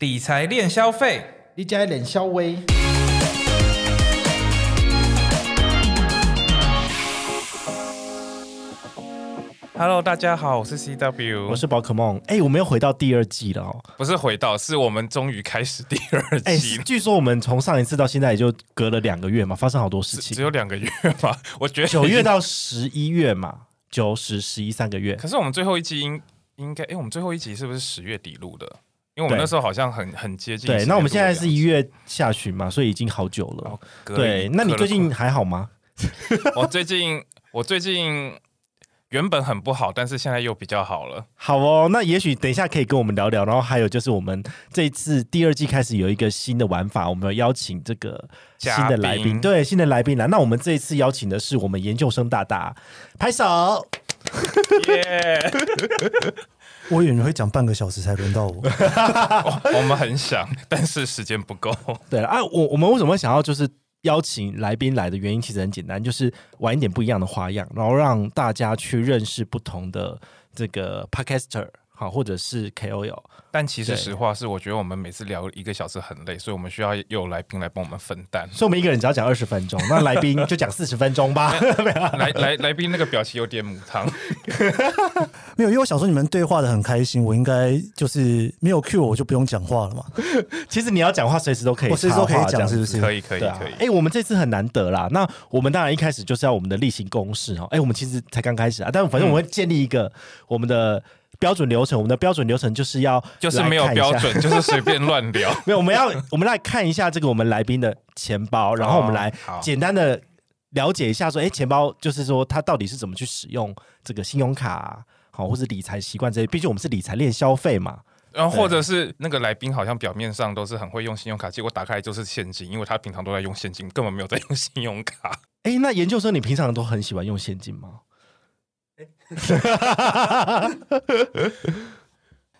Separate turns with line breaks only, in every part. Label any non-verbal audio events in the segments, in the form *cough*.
理财练消费，
你家脸稍微。
Hello，大家好，我是 CW，
我是宝可梦，哎、我们又回到第二季了哦。
不是回到，是我们终于开始第二
哎、
季了，
据说我们从上一次到现在也就隔了两个月嘛，发生好多事
只
情。
有两个月嘛， *laughs* 我觉得
九月，到十一月嘛，九十十一三个月。
可是我们最后一集应应该，哎、我们最后一集是不是十月底录的？因为我们
对
那时候好像很很接近10月录的样
对，
子。
那我们现在是一月下旬嘛，所以已经好久了。
哦，隔了
对，那你最近还好吗？
隔了 *laughs* 我最近我最近原本很不好，但是现在又比较好
*laughs*
了。
好哦，那也许等一下可以跟我们聊聊。然后还有就是，我们这一次第二季开始有一个新的玩法，我们有邀请这个新
嘉
的
宾
来宾，对，新的来宾来。那我们这一次邀请的是我们研究生大大，拍手。
耶、
我以为你会讲半个小时才轮到我，
我们很想，但是时间不够。
*laughs* 对啊，我我们为什么会想要就是邀请来宾来的原因其实很简单，就是玩一点不一样的花样，然后让大家去认识不同的这个 podcaster 好，或者是 KOL。
但其实
对
实话是，我觉得我们每次聊一个小时很累，所以我们需要有来宾来帮我们分
*laughs*
担。
所以我们一个人只要讲二十分钟，那来宾就讲四十分钟 *laughs* 吧。
来来来宾那个表情有点母汤，
没有，因为我想说你们对话的很开心，我应该就是没有 cue 我就不用讲话
*laughs*
了嘛。
其实你要讲话随时都可以，
我随时都可以讲，是不
*laughs* 是？
是？
可以可以
对啊
可以，。
哎、我们这次很难得啦。那我们当然一开始就是要我们的例行公事哦。哎、我们其实才刚开始啊，但
嗯
反正我们会建立一个我们的标准流程。我们的标准流程就是要
就是没有
来看一下
标准，就是随便乱聊。
*laughs* 没有，我们要我们来看一下这个我们来宾的钱包，然后我们来
好
简单的了解一下说，哎，钱包就是说他到底是怎么去使用这个信用卡、啊好，或者理财习惯这些，毕竟我们是理财练消费嘛。
然后或
啊
者是那个来宾好像表面上都是很会用信用卡，结果打开来就是现金，因为他平常都在用现金，根本没有在用信用卡。 *laughs*
哎，那研究生你平常都很喜欢用现金吗？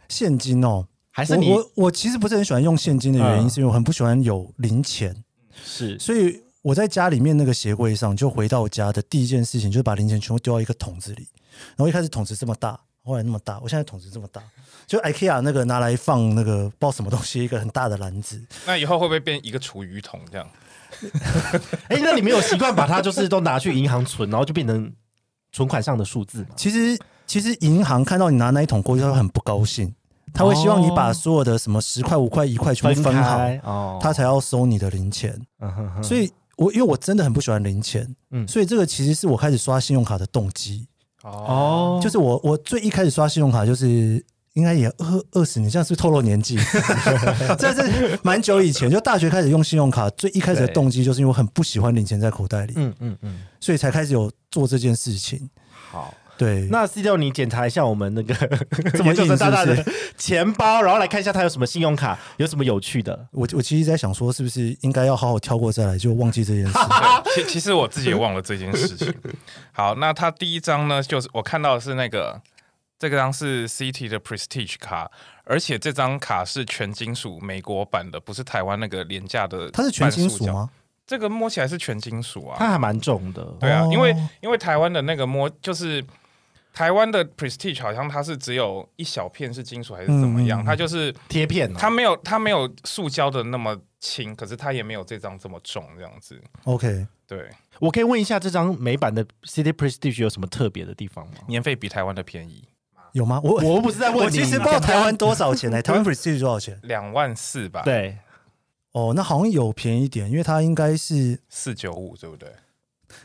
现金哦，
还是
我
你
我我其实不是很喜欢用现金的原因，
嗯
是因为我很不喜欢有零钱，
是
所以我在家里面那个鞋柜上，就回到家的第一件事情就是把零钱全部丢到一个桶子里，然后一开始桶子这么大。后来那么大，我现在桶子这么大，就 IKEA 那个拿来放那个不知道什么东西，一个很大的篮子，
那以后会不会变一个厨余桶这样？
哎，那你没有习惯把它就是都拿去银行存，然后就变成存款上的数字吗？
其实其实银行看到你拿那一桶过去，他会很不高兴，他会希望你
哦
把所有的什么十块、五块、一块全部分好，
开哦，
他才要收你的零钱。
嗯哼哼
所以我因为我真的很不喜欢零钱，
嗯
所以这个其实是我开始刷信用卡的动机。
哦，
哦，
就是我我最一开始刷信用卡就是。应该也二二十年，这样是不是透露
*laughs*
年纪？这是蛮久以前，就大学开始用信用卡，最一开始的
对
动机就是因为我很不喜欢零钱在口袋里，
嗯嗯嗯，
所以才开始有做这件事情。
好。
对，
那 C 六，你检查一下我们 *laughs* 那个
这么
研究生
硬是
大
不
大的
是
钱包，然后来看一下他有什么信用卡，有什么有趣的。
我我其实在想说，是不是应该要好好跳过再来，就忘记这
*laughs*
件事。
对其其实我自己也忘了这件事情。好，那他第一张呢，就是我看到的是那个这个张是 CT 的 Prestige 卡，而且这张卡是全金属美国版的，不是台湾那个廉价的。
它是全金属？吗？
这个摸起来是全金属啊。
它还蛮重的，
对啊，
哦
因为因为台湾的那个摸就是台湾的 Prestige 好像它是只有一小片是金属还是怎么样，
嗯
它就是
贴片、哦。
它没有它没有塑胶的那么轻，可是它也没有这张这么重这样子。
OK，
对，
我可以问一下，这张美版的 City Prestige 有什么特别的地方吗？
年费比台湾的便宜，
有吗？我
我又不是在问你，
我其实不知道台湾多少钱呢、台湾 Prestige 多少钱？
两万四吧，，
对
哦，那好像有便宜一点，因为它应该是，
四九五对不对？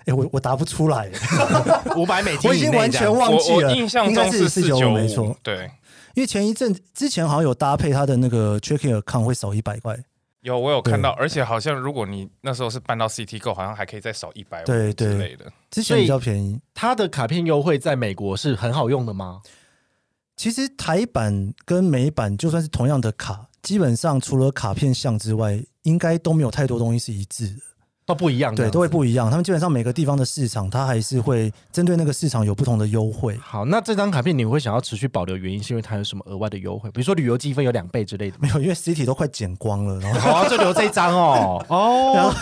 哎、我我答不出来，
*laughs*
五百美金以内这样，
我已经完全忘记
我
了，
我印象
应该
中
是
四
九
九
没错，，
对，
因为前一阵之前好像有搭配它的那个 checking account 会少一百块，
有我有看到，而且好像如果你那时候是办到 CT 购，好像还可以再少一百五
对对
之类的。
之前比较便宜。
它的卡片优惠在美国是很好用的吗？
其实台版跟美版就算是同样的卡，基本上除了卡片项之外，应该都没有太多东西是一致的。
都不一样的，
对，都会不一样。他们基本上每个地方的市场，它还是会针对那个市场有不同的优惠。
好。那这张卡片你会想要持续保留，原因是因为它有什么额外的优惠？比如说旅游积分有两倍之类的吗？ *laughs*
没有，因为 City 都快剪光了，然后
好、啊，就留这张哦。
然
*laughs* 哦，
后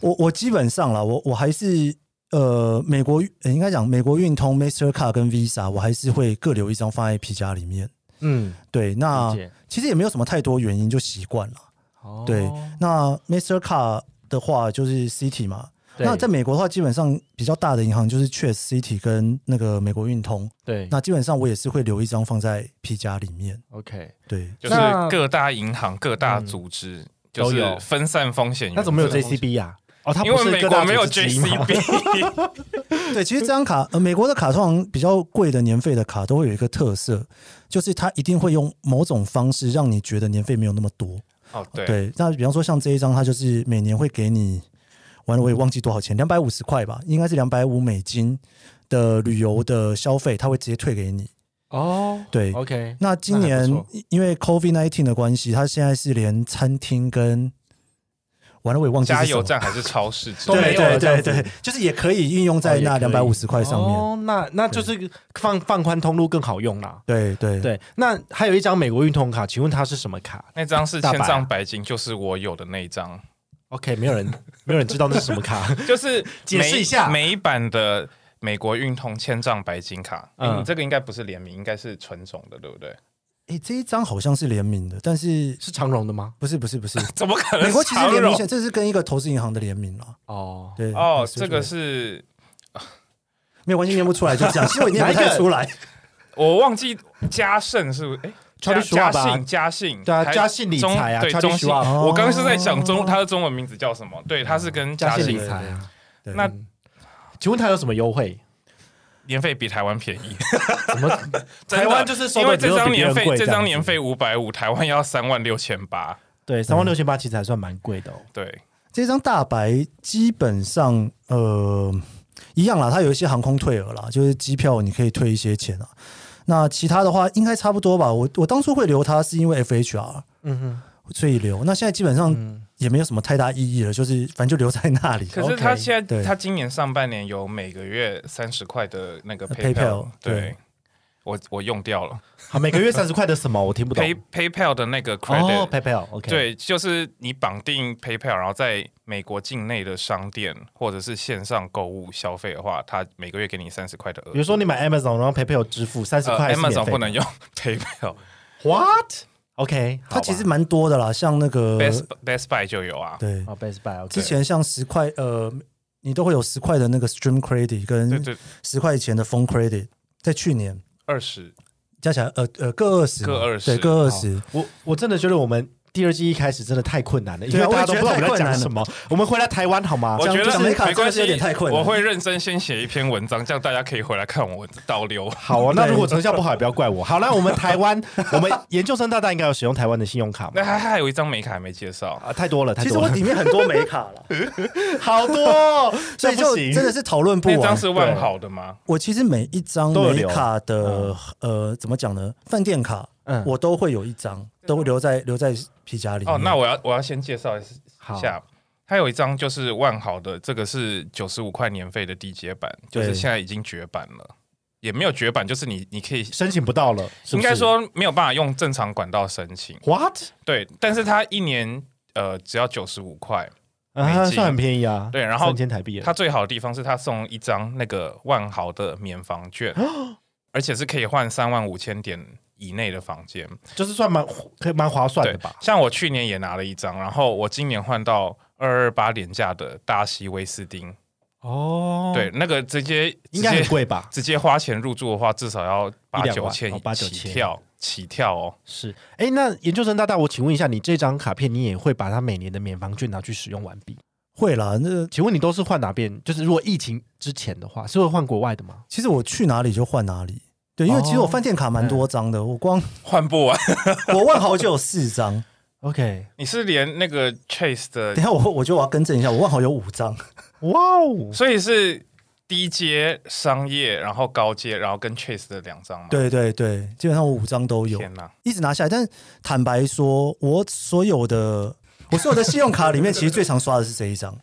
我我基本上啦，我我还是呃，美国、呃应该讲美国运通、Master Card 跟 Visa，我还是会各留一张放在皮夹里面。
嗯，
对，那
理解
其实也没有什么太多原因，就习惯了。
哦
对
哦
那 Master Card 的话就是 City 嘛，那在
美
美国的话，基本上比较大的银行就是 Chase、City 跟那个美国运通。
嗯
对
那基本上我也是会留一张放在皮夹里面。
OK，
对，
就是
那嗯
各大银行、各大组织就
都
是
有
分散风险原则。
那怎么没有 JCB 呀？哦，它
因
不
为
是
美
各
国
大
没有
组织之一吗 *laughs*
JCB，
对，其实这张卡，呃，美国的卡通常比较贵的年费的卡都会有一个特色，就是它一定会用某种方式让你觉得年费没有那么多。
哦，对，
对，那比方说像这一张，它就是每年会给你，完了我也忘记多少钱，两百五十块吧，应该是两百五美金的旅游的消费，它会直接退给你。
哦，
对
，OK，
那今
那还
年
不错
因因为 COVID nineteen 的关系，它现在是连餐厅跟完了我也忘记是
加
什么
油站还是超市之
都
类的
没
对
有了
对
这样
对
子
对，就是也可以运用在
哦
那
也
两
可
百
以
五十块上面。
哦，那那就是放放宽通路更好用啦。
对对
对，那还有一张美国运通卡，请问它是什么卡
那张是
大
千
白啊
丈白金，就是我有的那一张，
？OK，没有 *laughs* 人没有人知道那是什么 *laughs* 卡。
就是
解释
美
一下
美版的美国运通千丈白金卡。
嗯
嗯，你这个应该不是联名，应该是纯种的，对不对？
诶，这一张好像是联名的，但是
是长荣的吗？
不是不是不是，
怎么可能？
美国其实联名现这是跟一个投资银行的联名了。
哦，
对
哦，
所以
这
就
个是
没有完全念不出来，就这样。其实我念
哪
不
一
太
个
出来。
我忘记嘉盛是不是？哎，
Charlie
嘉
Schwab 啊
嘉信嘉信
对啊，
还
嘉信理
中
财啊，
对
Charlie
中信
Schwab
哦
我刚刚是在想中它的中文名字叫什么？对，它是跟嘉
信
信
理财啊。
对
那
请问它有什么优惠？
年费比台湾便宜，
怎么
*laughs* 真的
台湾就是收
因
的
为
只有
这张
比别人
年
贵
费，
这
这
样
张
子
年费五百五，台湾要三万六千八。
对三万六千八其实还算蛮贵的哦。
对，
这张大白基本上呃一样啦，它有一些航空退额啦，就是机票你可以退一些钱啊。那其他的话应该差不多吧。我我当初会留它是因为 FHR，
嗯哼，
所以留。那现在基本上也没有什么太大意义了，就是反正就留在那里。
嗯可是它
OK，
现在
对
它今年上半年有每个月三十块的那
呃
个
PayPal，
PayPal，
对
对我我用掉了
好，每个月三十块的什么我听不懂。
Pay PayPal 的那个
哦
credit。
，PayPal OK，，
对，就是你绑定 PayPal，然后在美国境内的商店或者是线上购物消费的话，它每个月给你三十块的额
比如说你买 Amazon，然后 PayPal 支付三十
呃
块是免费的
，Amazon 不能用 *laughs* PayPal。
What OK，
它其实蛮多的啦，像那
呃
个
Best Best Buy 就有啊。
对，
啊 Best Buy OK，
之前像十块呃，你都会有十块的那个 Stream Credit
对
跟
对，
十块钱的 Phone Credit，在去年
二十
加起来呃呃各二十嘛，
各20
对，各二
好
十。
我我真的觉得我们第二季一开始真的太困难了，因
对
为
啊
大家都不知道我们在
我也觉得太困
讲
难了
什么。我们回来台湾好吗
我？
讲
觉得
讲美卡
没关
真的是
系，
有点太困难
我会认真先写一篇文章，这样大家可以回来看我倒流。
好啊，那
对
如果成效不好也不要怪我。好，那我们台湾， *laughs* 我们研究生大大应该有使用台湾的信用卡
*laughs*
吗
*laughs* 那？还还有一张美卡还没介绍，
啊，太多了，太
其实
多
我
了，
里面很多美卡
*laughs*
了，
*laughs* 好多哦，
所以
这不
就
行
真的是讨论不
那张
完。
是万豪的吗？
我其实每一张
都有
美
留
卡的呃，怎么讲呢？饭店卡，
嗯
我都会有一张，都留在留在皮夹里面。
哦，那我要我要先介绍一
好
下，还有一张就是万豪的，这个是九十五块年费的低阶版，就
对
是现在已经绝版了，也没有绝版，就是你你可以。
申请不到了，是
应
不是
该说没有办法用正常管道申请，
what
对，但是它一年呃只要九十五块，
啊，
美金
算很便宜啊，
对然后
三千台币耶，
它最好的地方是它送一张那个万豪的免房
*gasps*
券，而且是可以换三万五千点以内的房间。
就是算蛮可以蛮划算
对
的吧，？
像我去年也拿了一张，然后我今年换到二二八廉价的大西威斯汀，
哦，
对，，那个直接直
应该很
接
贵吧？
直接花钱入住的话，至少要八
一两
九
万
千
哦八九
起
千
跳起跳哦。
是，哎，那研究生大大，我请问一下，你这张卡片你也会把它每年的免房券拿去使用完毕？
会啦，那
请问你都是换哪边？就是如果疫情之前的话，是会换国外的吗？
其实我去哪里就换哪里。对，因为其
哦
实我饭店卡
嗯
蛮多张的，我光 *laughs*
换不完， *laughs*
我万豪就有四张。
OK，
你是连那个 Chase 的
等一，
啊
下我我觉得我要更正一下，我万豪有五张。
哇哦，
所以是低阶商业，然后高阶，然后跟 Chase 的两张吗？，
对对对，基本上我五张都有。
天哪！
一直拿下来。但坦白说，我所有的我所有的信用卡里
*laughs*
面，其实最常刷的是这一张。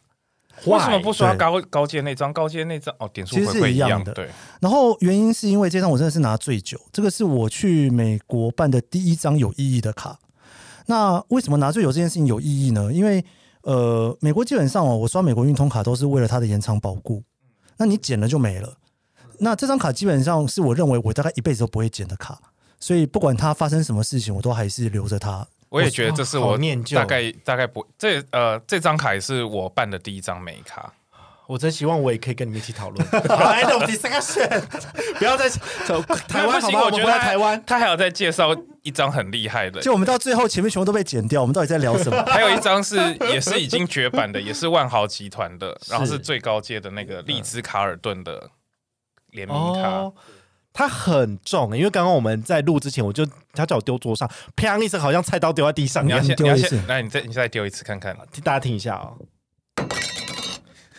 为什么不刷
对
高高阶那张？高阶那张哦，点数
其实
回
是
馈
一
一
样
样
的
对，
然后原因是因为这张我真的是拿最久，这个是我去美国办的第一张有意义的卡。那为什么拿最久这件事情有意义呢？因为呃，美国基本上哦，我刷美国运通卡都是为了它的延长保固，那你剪了就没了。那这张卡基本上是我认为我大概一辈子都不会剪的卡，所以不管它发生什么事情，我都还是留着它。
我也觉得这是
哇
我
哦好念旧
大概大概不这呃这张卡也是我办的第一张美卡，
我真希望我也可以跟你们一起讨 *laughs* 论。I don't discussion，不要再 *laughs* 走台湾
不
好
行
吗？我
我
们
觉
回
得
来
他
台湾。
他还有在介绍一张很厉害的，？
就我们到最后前面全部都被剪掉，我们到底在聊什么
*laughs* 还有一张是也是已经绝版的，也是万豪集团的，然后是最高阶的那个利兹卡尔顿的联名卡。
哦，它很重、因为刚刚我们在录之前，我就他叫我丢桌上，啪一声，好像菜刀丢在地上一
你要
样。
先，
丢
你要
一次
先，来，你再你再丢一次看看，
大家听一下哦，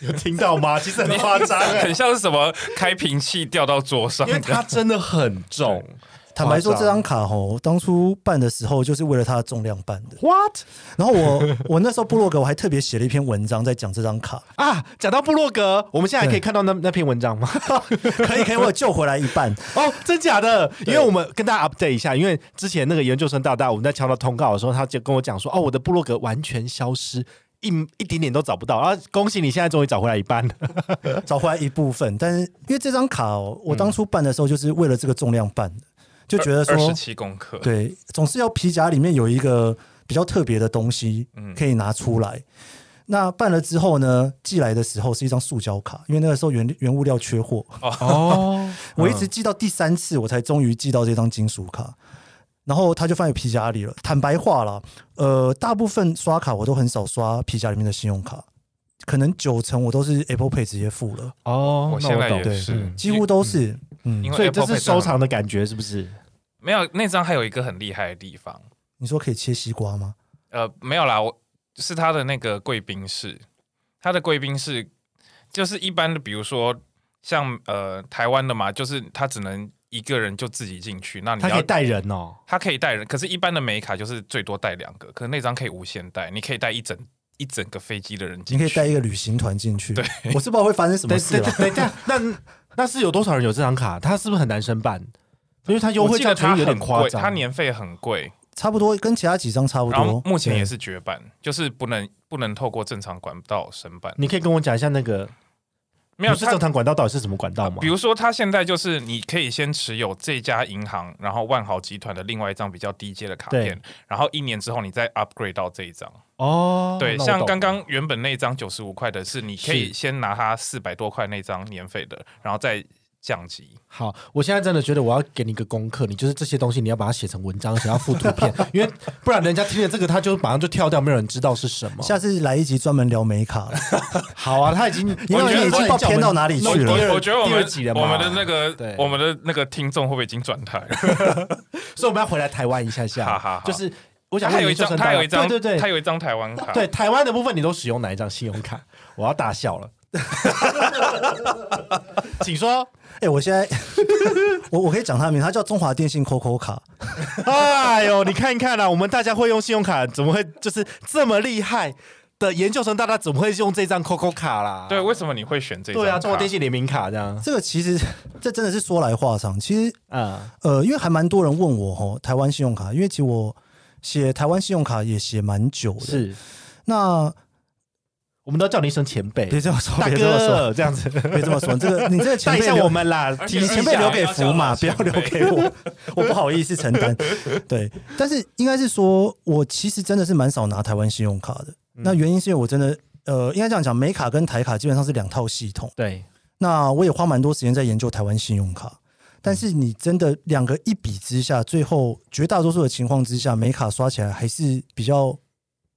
有听到 *laughs* 吗？其实很夸张哎
很，像是什么开瓶器掉到桌上
因为它真的很重。
*laughs* 坦白说，
夸张
这张卡吼，当初办的时候就是为了它的重量办的。
What
然
*laughs*
后我我那时候部落格我还特别写了一篇文章在讲这张卡，
啊？讲到部落格，我们现在还可以看到那那篇文章吗？
可以可以，我有救回来一
*laughs*
半。
哦，真假的？因为我们跟大家 update 一下，因为之前那个研究生大大，我们在敲到通告的时候，他就跟我讲说，哦，我的部落格完全消失。一一点点都找不到，然后恭喜你现在终于找回来一半了。
找回来一部分，但是因为这张卡、哦，我当初办的时候就是为了这个重量办的，就觉得
二
说
十，七公克，
对，总是要皮夹里面有一个比较特别的东西
嗯
可以拿出来。那办了之后呢，寄来的时候是一张塑胶卡，因为那个时候原原物料缺货，
哦，
我
嗯
一直寄到第三次，我才终于寄到这张金属卡。然后它就放在皮夹里了。坦白话啦，呃，大部分刷卡我都很少刷皮夹里面的信用卡，可能九成我都是 Apple Pay 直接付了，
*laughs* 哦，
我现在
那我懂
也是，
几乎都是。嗯
因为
所以
Apple
这
Pay 嗯真
是
的
收藏的感觉，是不是？
没有那张还有一个很厉害的地方，
你说可以切西瓜吗？
呃，没有啦，我是他的那个贵宾室，他的贵宾室就是一般的，比如说像呃台湾的嘛，就是他只能一个人就自己进去，那你
它可
要
以带人哦。
它可以带人，可是一般的美卡就是最多带两个，可是那张可以无限带，你可以带一整一整个飞机的人
你
进
可以
去。
带一个旅行团进去。我是不知道会发生什么
等
事
等
了。
等一下，
*laughs*
那那是有多少人有这张卡？它是不是很难申办？因为它优
我
惠
记
价
得
钱
它
有点
很
夸
贵，
张。
它年费很贵，
差不多跟其他几张差不
然
多
后。目前也
是，
是绝版，就是不能不能透过正常管道申办。
你可以跟我讲一下那个
没有
你是正
它，
常管道到底是什么管道吗
比？如说它现在就是你可以先持有这家银行，然后万豪集团的另外一张比较低阶的卡片，然后一年之后你再 upgrade 到这一张。
哦，
对，
那我
像
懂
刚刚原本那张九十五块的是，你可以先拿它四百多块那张年费的，然后再降级。
好，我现在真的觉得我要给你一个功课，你就是这些东西你要把它写成文章，想要附图
*laughs*
片，因为不然人家听了这个他就马上就跳掉，没有人知道是什么。
下次来一集专门聊美卡了。
好啊，他已经
因为你已经偏到哪里去了
第二
我觉得我
第二
们
集了嘛
我们的那个
对
我们的那个听众会不会已经转台了？
所以我们要回来台湾一下下，
好好好
就是我想
他有
问
一
你
张，
说
他有一张，
对对
他
对，
有一张台湾卡。
对台湾的部分你都使用哪一张信用卡？我要
*laughs*
大笑了，请说
哎，我现
*laughs*
在我我可以讲他的名字，他叫中华电信 COCO 卡。
哎呦，你看一看啦、我们大家会用信用卡，怎么会就是这么厉害的研究生？大家怎么会用这张 COCO 卡啦？
对，为什么你会选这张？
对啊，中国电。信联名卡这样，
这个其实这真的是说来话长。其实
嗯，
呃，因为还蛮多人问我吼台湾信用卡，因为其实我写台湾信用卡也写蛮久的。
是
那
我们都叫你一声前辈，
别这么说，
大
别这么说，
哥这样子，
别这么说。这个你这个
*laughs*
前
带一
辈
下
留
我们啦，
而且
提
你
是
前辈留给福马，不
要
要
交到
留给我， *laughs* 我不好意思承担。对，但是应该是说，我其实真的是蛮少拿台湾信用卡的。
嗯
那原因是因为我真的，呃，应该这样讲，美卡跟台卡基本上是两套系统。
对，
那我也花蛮多时间在研究台湾信用卡，但是你真的两个一比之下，最后绝大多数的情况之下，美卡刷起来还是比较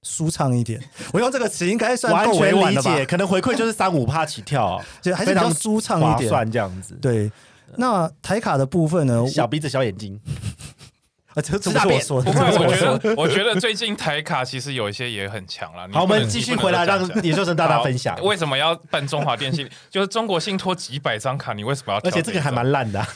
舒畅
*laughs*
一点。我用这个词应该算
完
够委
全
婉
理
了吧
解，？可能回馈就是三五帕起跳，
*laughs* 就还是比
非
较
常
舒畅
划
一点。
算这样子。
对，那台卡的部分呢？我
小鼻子小眼睛，
啊，这这
吃
不
大
是我
便
说
不
的，
会，
这不是
我觉
*laughs*
我说的。
得，我觉得最近台卡其实有一些也很强了。你
好，我
不能
嗯
们继续
你不能
回来
再
让
这样讲
研究生大大分享
好。为什么要办中华电信？ *laughs* 就是中国信托几百张卡，你为什么要挑
而
一
且
张？
这个还蛮烂的啊，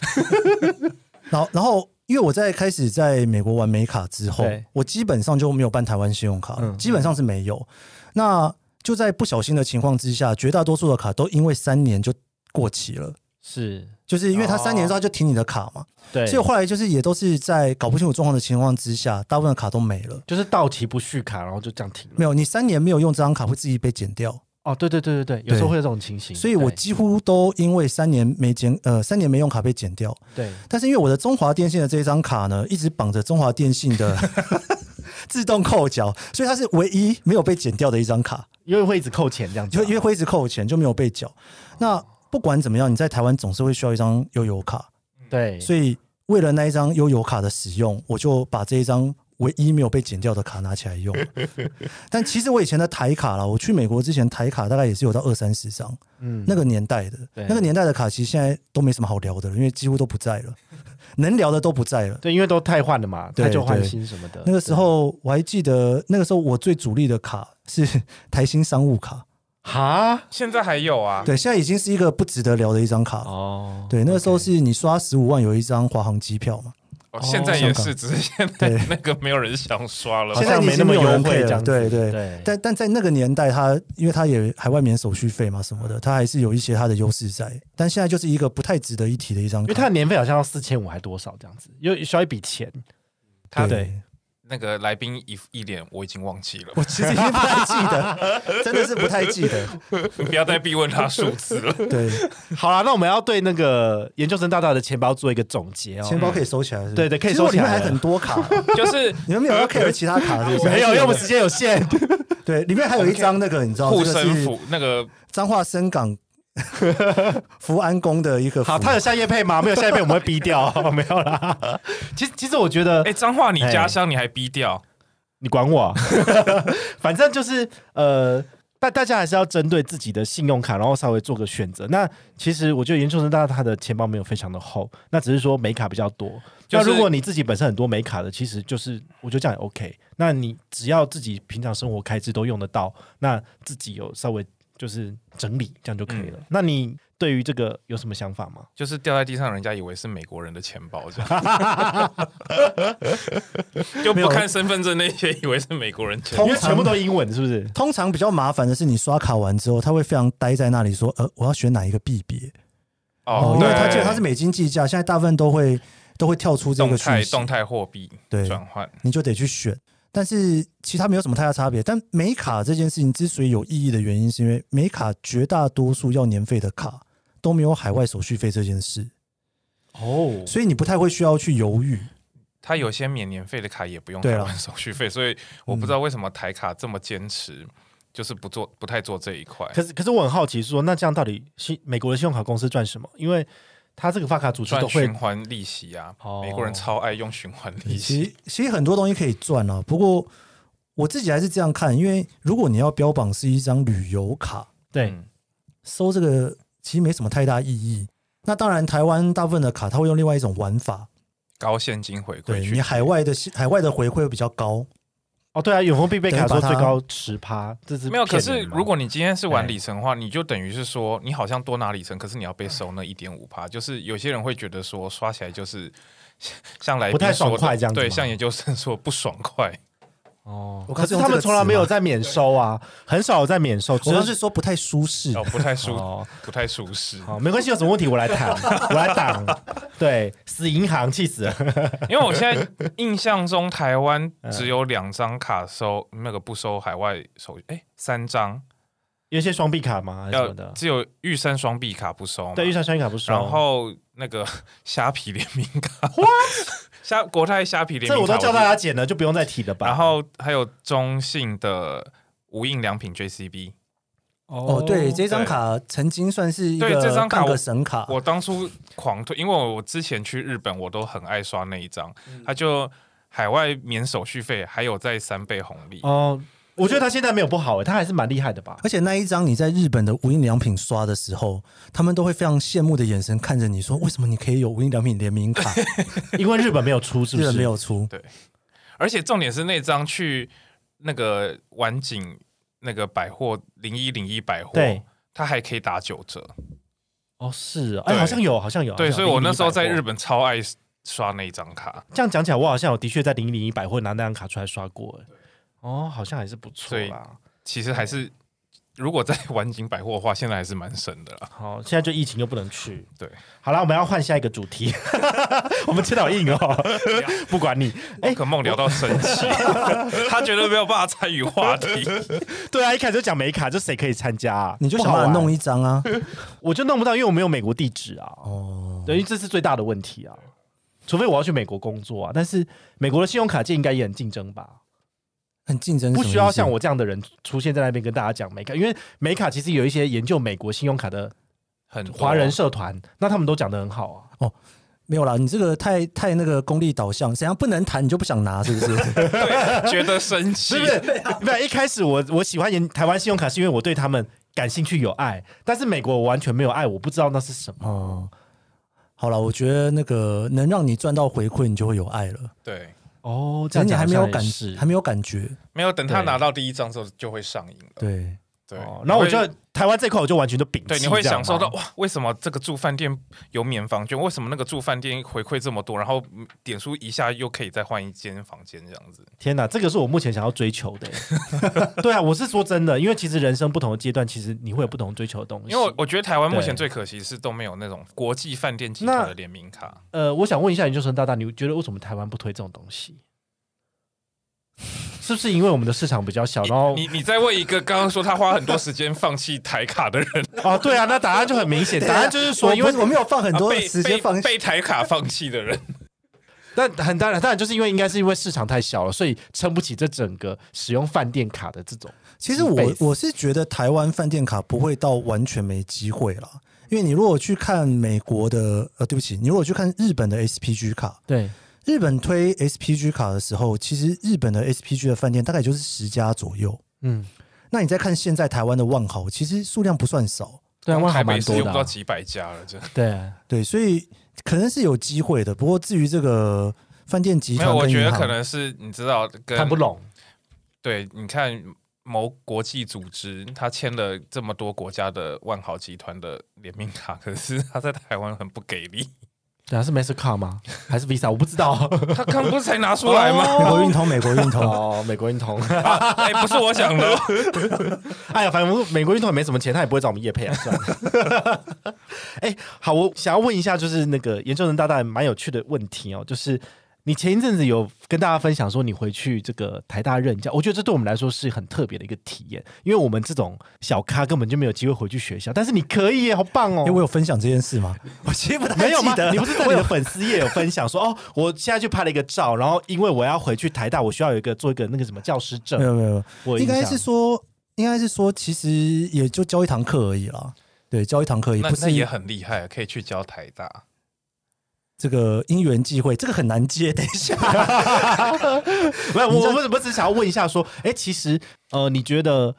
然后，然后，因为我在开始在美国玩美卡之后
对，
我基本上就没有办台湾信用卡了，
嗯
基本上是没有。那就在不小心的情况之下，绝大多数的卡都因为三年就过期了。
是
就是因为他三年之后他就停你的卡嘛，
对
所以我后来就是也都是在搞不清楚状况的情况之下，大部分的卡都没了。
就是到期不续卡，然后就这样停了。
没有，你三年没有用这张卡会自己被剪掉，
哦，对对对对对，有时候会有这种情形，
所以我
对
几乎都因为三年没剪，呃，三年没用卡被剪掉。
对
但是因为我的中华电信的这一张卡呢，一直绑着中华电信的自动扣缴，所以它是唯一没有被剪掉的一张卡。
因为会一直扣钱这样子
就
啊，
因为会一直扣钱，就没有被缴。那不管怎么样，你在台湾总是会需要一张悠游卡，
对，
所以为了那一张悠游卡的使用，我就把这一张唯一没有被剪掉的卡拿起
*laughs*
来用。但其实我以前的台卡啦，我去美国之前台卡大概也是有到二三十张，
嗯
那个年代的
对
那个年代的卡，其实现在都没什么好聊的了，因为几乎都不在了， *laughs* 能聊的都不在了。
对，因为都太换了嘛，
对
太旧换
对
新什么的。
那个时候我还记得，那个时候我最主力的卡是台新商务卡，
哈
现在还有啊，
对，现在已经是一个不值得聊的一张卡了。
哦，
对，那个时候是你刷十五万有一张华航机票嘛，
哦现在也是，只是现在
对
那个没有人想刷了
好
现。
像
在没那么优惠这样子，
对对
对，
但但在那个年代它，因为它也海外免手续费嘛什么的，它还是有一些它的优势在。但现在就是一个不太值得一提的一张
因为
卡，
它的年费好像要四千五还多少这样子，又需要一笔钱。
他
对
那个来宾一一脸我已经忘记
*laughs*
了，
我其实已经不太记得， *laughs* 真的是不太记得。
你不要再逼问他数字
*laughs*
了。
对，
好啦，那我们要对那个研究生大大的钱包做一个总结哦。
钱包可以收起来是不是，
对对可以
其实我
收起来
*laughs* 里面还
了
很多卡，
就是
你们没有要 care 其他卡是不是？
*laughs* 没有，因为我们时间有限。
对，里面还有一张那个你知道，
护
哦这个
身
是
符那个
彰化深港 *laughs* 福安宫的一个符
好，他有下夜配吗？没有下夜配，我们会逼掉。 *laughs* 没有啦。其实，其实我觉
呃
得，
哎，脏话你家乡你还逼掉，
哎
你管我、啊？ *laughs* 反正就是呃，大大家还是要针对自己的信用卡，然后稍微做个选择。那其实我觉得研究生大他的钱包没有非常的厚，那只是说美卡比较多。
就是
那如果你自己本身很多美卡的，其实就是我觉得这样也 OK。那你只要自己平常生活开支都用得到，那自己有稍微就是整理，这样就可以了。那你对于这个有什么想法吗？
就是掉在地上，人家以为是美国人的钱包这样，
*laughs*
*laughs* 就不看身份证那些，以为是美国人钱包
通
因为
常
全部都英文，是不是？
通常比较麻烦的是，你刷卡完之后，他会非常呆在那里说：“呃，我要选哪一个币别？”哦，因为
对
它记得它是美金计价，现在大部分都会都会跳出这
动
个讯
态
息
动，态货币
对
转换，
你就得去选。但是其他没有什么太大差别。但美卡这件事情之所以有意义的原因，是因为美卡绝大多数要年费的卡都没有海外手续费这件事，
哦，
所以你不太会需要去犹豫。
它有些免年费的卡也不用
对
台
啊
湾手续费，所以我
嗯
不知道为什么台卡这么坚持，就是不做不太做这一块，
可是，可是我很好奇说那这样到底信美国的信用卡公司赚什么？因为他这个发卡组织
赚
都会
循环利息啊
哦，
美国人超爱用循环利
其
息，
实其实很多东西可以赚啊，不过我自己还是这样看，因为如果你要标榜是一张旅游卡，
对
嗯，
收这个其实没什么太大意义。那当然，台湾大部分的卡它会用另外一种玩法，
高现金回
对
馈去
你海外的海外的回馈会比较高，
哦，对啊，永丰必备卡
等
说
于把它
最高十趴，这是
没有，可
骗
是
人吗
如果你今天是玩
哎
里程的话，你就等于是说，你好像多拿里程，可是你要被收那一点五趴。就是有些人会觉得说，刷起来就是像像来宾
不太
说的
爽快这样子
对，
吗
像研究生说不爽快，
哦
我，
可
刚
是
是用
他们
这个
从来
词
没有
吗
在免收啊，很少有在免收，
我
只
刚
是
是说不太舒适
哦，，不太舒，
*laughs* 哦
不太舒适。
好，没关系，有什么问题我来谈， *laughs* 我来挡，对，死银行气死了，
*laughs* 因为我现在印象中台湾
嗯
只有两张卡收那个不收海外手，哎，三张
有一些双币卡吗？还是什
要
么的？
只有玉山双币卡不收嘛，
对，预算双币卡不收，
然后那个虾皮联名卡， *laughs* 虾国泰虾皮联名
这
卡，
我都叫
记得
大家剪了，就不用再提了吧。
然后还有中信的无印良品 JCB，
哦，对，这张卡曾经算是一
对这
个
张卡
半个
我
神
啊
卡，
我当初狂推，因为我之前去日本我都很爱刷那一张，
嗯
它就海外免手续费，还有在三倍红利。
哦，我觉得他现在没有不好，哎，他还是蛮厉害的吧？
而且那一张你在日本的无印良品刷的时候，他们都会非常羡慕的眼神看着你说，为什么你可以有无印良品联
*laughs*
名卡，
因为日本没有出，是不
日
是？
本没有出？
而且重点是那张去那个晚景那个百货零一零一百货，
对。
它还可以打九折。
哦，是哦，哎，
对
好像有，好像有。
对，
好像
所以
有
我那时候在
0101
日本超爱刷那一张卡，
这样讲起来，我好像有的确在零零一百或拿那张卡出来刷过，哎哦，好像还是不错
所以
啦。
其实还是如果在晚景百货的话，现在还是蛮省的啦。
好，现在就疫情又不能去。
对，
好了，我们要换下一个主题。 *laughs* 我们真的好
*laughs*
硬哦，不管你。哎
宝可梦聊到生气，他觉得没有办法参与话题。
对啊，一开始就讲美卡，这谁可以参加啊？
你就想把它
它
弄
一，
一张啊。
我就弄不到，因为我没有美国地址啊。
哦，
等于这是最大的问题啊。除非我要去美国工作啊，但是美国的信用卡界应该也很竞争吧？
很竞争，
不需要像我这样的人出现在那边跟大家讲美卡，因为美卡其实有一些研究美国信用卡的
很多
华人社团，那他们都讲的很好啊。
没有啦，你这个太太那个功利导向，怎样不能谈你就不想拿，是
*laughs*
不是？
对觉得生气
是不，是？不是一开始我我喜欢研台湾信用卡，是因为我对他们感兴趣有爱，但是美国我完全没有爱，我不知道那是什么。
哦，好了，我觉得那个能让你赚到回馈，你就会有爱了。
对，
哦，
只是你还没有感
是，
还没有感觉，
没有等他
对
拿到第一张之后就会上瘾了。
对，
对
哦，然后我就台湾这块我就完全都摒弃，
对，你会
这样
享
吗
受到哇，为什么这个住饭店有免房券？为什么那个住饭店回馈这么多？然后嗯点数一下又可以再换一间房间这样子。
天哪，这个是我目前想要追求的欸。
*laughs*
对啊，我是说真的，因为其实人生不同的阶段，其实你会有不同追求的东西。
因为我我觉得台湾目前
对
最可惜是都没有那种国际饭店集团的联名卡。
呃，我想问一下研究生大大，你觉得为什么台湾不推这种东西？是不是因为我们的市场比较小？然后
你你在问一个刚刚说他花很多时间放弃台卡的人，
哦，对啊，那答案就很明显，答案就是说，
我
因为
不是我没有 *laughs* 放很
啊
多
被
时间
被
放，
被台卡放弃的人，
但很当然，当然就是因为应该是因为市场太小了，所以撑不起这整个使用饭店卡的这种。
其实
几
我
倍
我是觉得台湾饭店卡不会到完全没机会啦，因为你如果去看美国的，呃，对不起，你如果去看日本的 SPG 卡，
对，
日本推 SPG 卡的时候，其实日本的 SPG 的饭店大概也就是十家左右。
嗯，
那你再看现在台湾的万豪，其实数量不算少，
对啊，万
台
豪
北
蛮
市
多
用
的
不
啊、
到几百家了，真的。
对啊，
对，所以可能是有机会的。不过至于这个饭店集
没
团
有，
跟
我觉得
银行
可能是你知道跟
看不懂。
对，你看某国际组织，他签了这么多国家的万豪集团的联名卡，可是他在台湾很不给力。
对啊，是 Mastercard 吗？还是 Visa？我不知道。
*laughs* 他刚不是才拿出来吗？
美国运通，美国运通，
哦，美国运通。
啊哎、不是我想 *laughs* 的哦，
哎呀，反正我美国运通也没什么钱，他也不会找我们叶配啊，算了。
*laughs*
哎，好，我想要问一下，就是那个研究人大大蛮有趣的问题哦，就是你前一阵子有跟大家分享说你回去这个台大任教，我觉得这对我们来说是很特别的一个体验，因为我们这种小咖根本就没有机会回去学校，但是你可以耶，好棒哦！
因为我有分享这件事吗？ *laughs* 我其实不太
没有吗
记得？
你不是
*laughs*
在你的粉丝页有分享说哦，我现在去拍了一个照，然后因为我要回去台大，我需要有一个做一个那个什么教师
没
证，
有没有，
我有
应
印
该
象
是说，应该是说，其实也就教一堂课而已啦。对，教一堂课也
那
不
那
是
也很厉害，啊可以去教台大。
这个因缘际会，这个很难接。 *laughs* 等一下，
*laughs* 没有，我我我我只是想要问一下，说，哎，其实呃，你觉得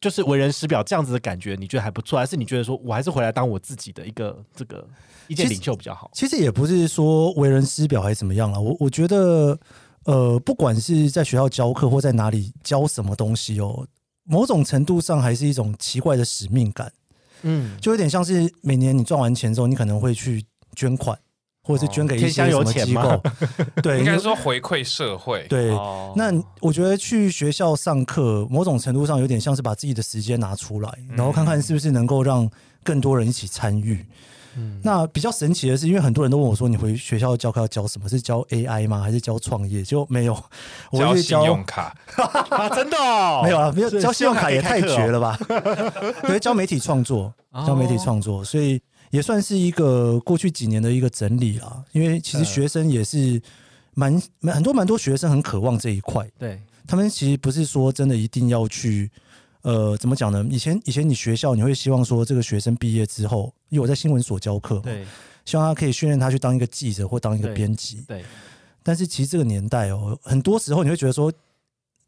就是为人师表这样子的感觉，你觉得还不错，还是你觉得说我还是回来当我自己的一个这个意见
其实
领袖比较好？
其实也不是说为人师表还是怎么样啦，我我觉得，呃，不管是在学校教课或在哪里教什么东西哦，某种程度上还是一种奇怪的使命感，
嗯，
就有点像是每年你赚完钱之后，你可能会去捐款，或者是捐给一些
天下
什
有
么
钱
机构。
吗
对，
应该
因为
说回馈社会。
对，
哦
那我觉得去学校上课，某种程度上有点像是把自己的时间拿出来，然后看看是不是能够让更多人一起参与。
嗯
那比较神奇的是，因为很多人都问我说：“你回学校教课要教什么？是教 AI 吗？还是教创业？”就没有，我
交
会
信
教
用卡，
*laughs* 啊，真的、哦、
*laughs* 没有啊，没有
是
教信用卡也
可
太
以开课哦
绝了吧？ *laughs* 对，教媒体创作，教媒体创作，所以也算是一个过去几年的一个整理啊。因为其实学生也是蛮蛮很多蛮多学生很渴望这一块。
对，
他们其实不是说真的一定要去，呃，怎么讲呢？以前以前你学校你会希望说这个学生毕业之后，因为我在新闻所教课嘛，
对，
希望他可以训练他去当一个记者或当一个
对
编辑。
对，
但是其实这个年代哦，很多时候你会觉得说，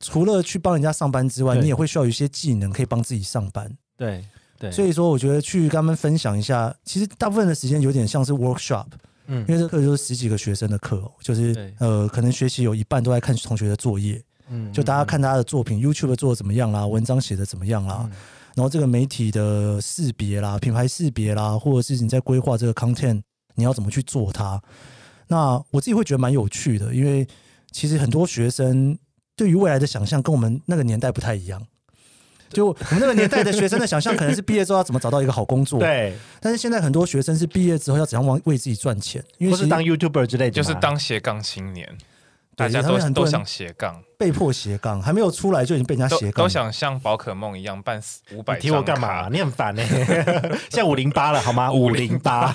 除了去帮人家上班之外，
对
你也会需要有一些技能可以帮自己上班。
对，对，
所
以，
以说，我觉得去跟他们分享一下，其实大部分的时间有点像是 workshop，
嗯
因为这课就是十几个学生的课、哦，就是
对
呃，可能学习有一半都在看同学的作业。
嗯
就大家看他的作品，YouTube 做的怎么样啦，文章写的怎么样
嗯
啦，然后这个媒体的识别啦、品牌识别啦，或者是你在规划这个 content，你要怎么去做它？那我自己会觉得蛮有趣的，因为其实很多学生对于未来的想象跟我们那个年代不太一样。就我们那个年代的学生的想象，可能是毕业之后要怎么找到一个好
*laughs*
工作。。
对，
但是现在很多学生是毕业之后要怎样为为自己赚钱，因为
或
其
是
实
当 YouTuber 之类的
就
嘛，
是当斜杠青年，大
对
家
他
都
们很多
都
人
想斜杠，
被迫斜杠，还没有出来就已经被人家
都
斜杠
都
了。
想像宝可梦一样办五百。
你提我干嘛？？你很烦呢、欸。 *laughs* 现在五零八了好吗？五零八，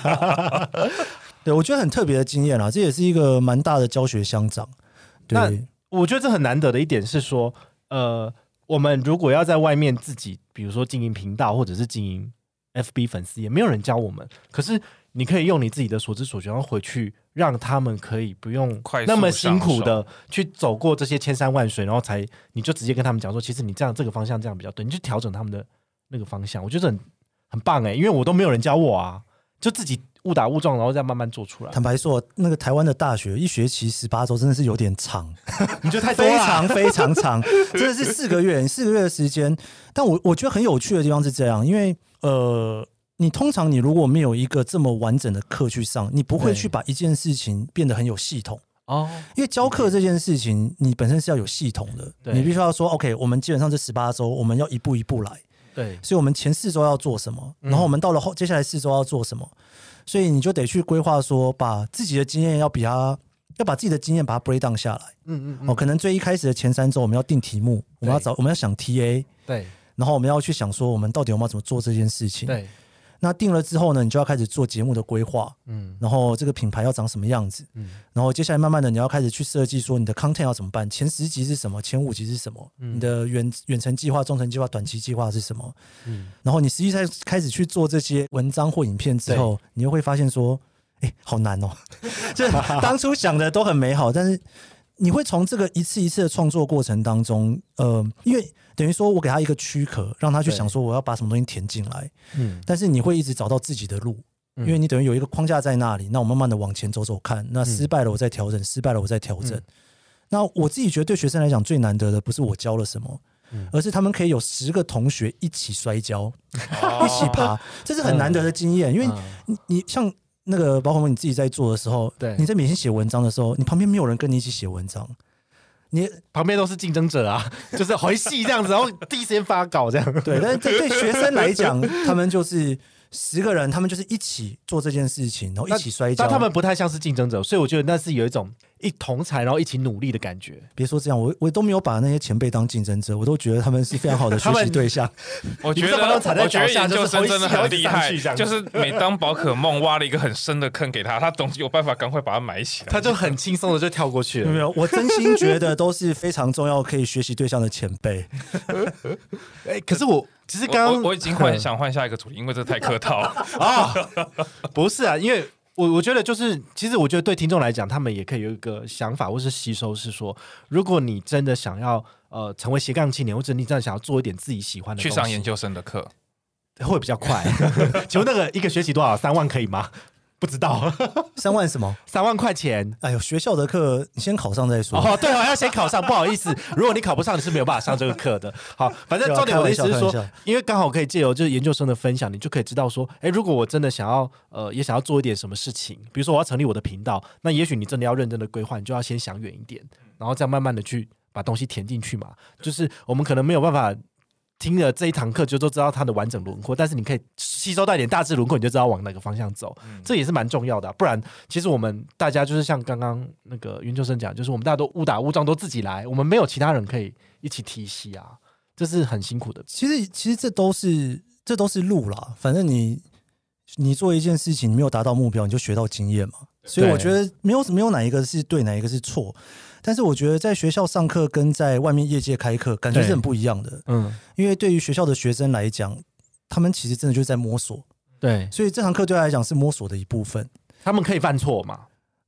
对，我觉得很特别的经验啦，这也是一个蛮大的教学相长。
那
对，
我觉得这很难得的一点是说，呃，我们如果要在外面自己，比如说经营频道或者是经营 FB 粉丝，也没有人教我们。可是你可以用你自己的所知所学，然后回去让他们可以不用
快速
那么
上
辛苦
手
的去走过这些千山万水，然后才你就直接跟他们讲说，其实你这样这个方向这样比较对，你就调整他们的那个方向。我觉得很很棒哎、因为我都没有人教我啊，就自己误打误撞，然后再慢慢做出来。
坦白说，那个台湾的大学一学期十八周真的是有点长，
你 *laughs* 就太多
非
了 *laughs*
常非常长，真的是四个月，四个月的时间。但我我觉得很有趣的地方是这样，因为呃，你通常你如果没有一个这么完整的课去上，你不会
对
去把一件事情变得很有系统。
哦，
因为教课这件事情，你本身是要有系统的，
对
你必须要说，OK，我们基本上这十八周，我们要一步一步来。
对，
所以我们前四周要做什么，
嗯
然后我们到了后接下来四周要做什么，所以你就得去规划说，把自己的经验要比他，要把自己的经验把它 break down 下来。
嗯嗯嗯，
哦，可能最一开始的前三周我们要定题目，我们要
对
找我们要想 TA，
对
然后我们要去想说我们到底我们要怎么做这件事情。
对，
那定了之后呢，你就要开始做节目的规划，
嗯
然后这个品牌要长什么样子，
嗯
然后接下来慢慢的你要开始去设计说你的 content 要怎么办，前十集是什么，前五集是什么，你的远远程计划、中程计划、短期计划是什么，
嗯
然后你实际在开始去做这些文章或影片之后，你又会发现说，哎、好难哦， *laughs* 就是当初想的都很美好，但是你会从这个一次一次的创作过程当中，呃，因为等于说我给他一个躯壳，让他去
对
想说我要把什么东西填进来，
嗯，
但是你会一直找到自己的路，
嗯
因为你等于有一个框架在那里，那我慢慢的往前走走看，那失败了我再调整，失败了我再调整。
嗯
那我自己觉得对学生来讲最难得的不是我教了什么，
嗯
而是他们可以有十个同学一起摔跤，
哦
一起
*laughs*
爬，这是很难得的经验，因为
嗯
你你像。那个宝可梦，你自己在做的时候，
对
你在每天写文章的时候，你旁边没有人跟你一起写文章，你
旁边都是竞争者啊， *laughs* 就是回戏这样子，然后第一时间发稿 *laughs* 这样。
对，但是对对学生来讲，他们就是十个人，他们就是一起做这件事情，然后一起摔跤。
但他们不太像是竞争者，所以我觉得那是有一种一同才，然后一起努力的感觉。
别说这样，我我都没有把那些前辈当竞争者，我都觉得他们是非常好 *laughs* 的学
他们
习对象。
我觉
你不知道把
得
它踩在
我觉得
脚下
研究生真的很厉害
就是一直上去
就
这，样
是每当宝可梦挖了一个很深的坑给他，他总有办法赶快把它埋起来。
他就很轻松的就跳过去 *laughs*
有没
了。
有？我真心觉得都是非常重要可以学习对象的前辈。
哎，可是 *laughs* 我其实
我
刚
我
刚
我已经
*laughs*
幻想换下一个主题，因为这太客套了。
啊、 *laughs* 不是啊，因为我我觉得就是，其实我觉得对听众来讲，他们也可以有一个想法或是吸收，是说，如果你真的想要呃成为斜杠青年，或者你真的想要做一点自己喜欢的
去
东西，
上研究生的课，
会比较快。 *laughs* 请问那个一个学期多少？三万可以吗？不知道，
三万什么？
三万块钱。
哎呦，学校的课你先考上再说。
哦，对哦，要先考上，不好意思，如果你考不上，你是没有办法上这个课的。好，反正
对啊
重点我的意思是
开玩笑
说
开玩笑，
因为刚好可以借由就是研究生的分享，你就可以知道说，哎，如果我真的想要呃，也想要做一点什么事情，比如说我要成立我的频道，那也许你真的要认真的规划，你就要先想远一点，然后再慢慢的去把东西填进去嘛。就是我们可能没有办法听了这一堂课就都知道它的完整轮廓，但是你可以吸收到一点大致轮廓，你就知道往哪个方向走，
嗯
这也是蛮重要的啊、不然，其实我们大家就是像刚刚那个云秋生讲，就是我们大家都误打误撞，都自己来，我们没有其他人可以一起提携啊，这是很辛苦的。
其实其实这都是这都是路啦，反正你你做一件事情，你没有达到目标，你就学到经验嘛。所以我觉得没有没有哪一个是对，哪一个是错。但是我觉得在学校上课跟在外面业界开课感觉是很不一样的，
嗯，
因为对于学校的学生来讲，他们其实真的就是在摸索，
对，
所以这堂课对他来讲是摸索的一部分。
他们可以犯错嘛？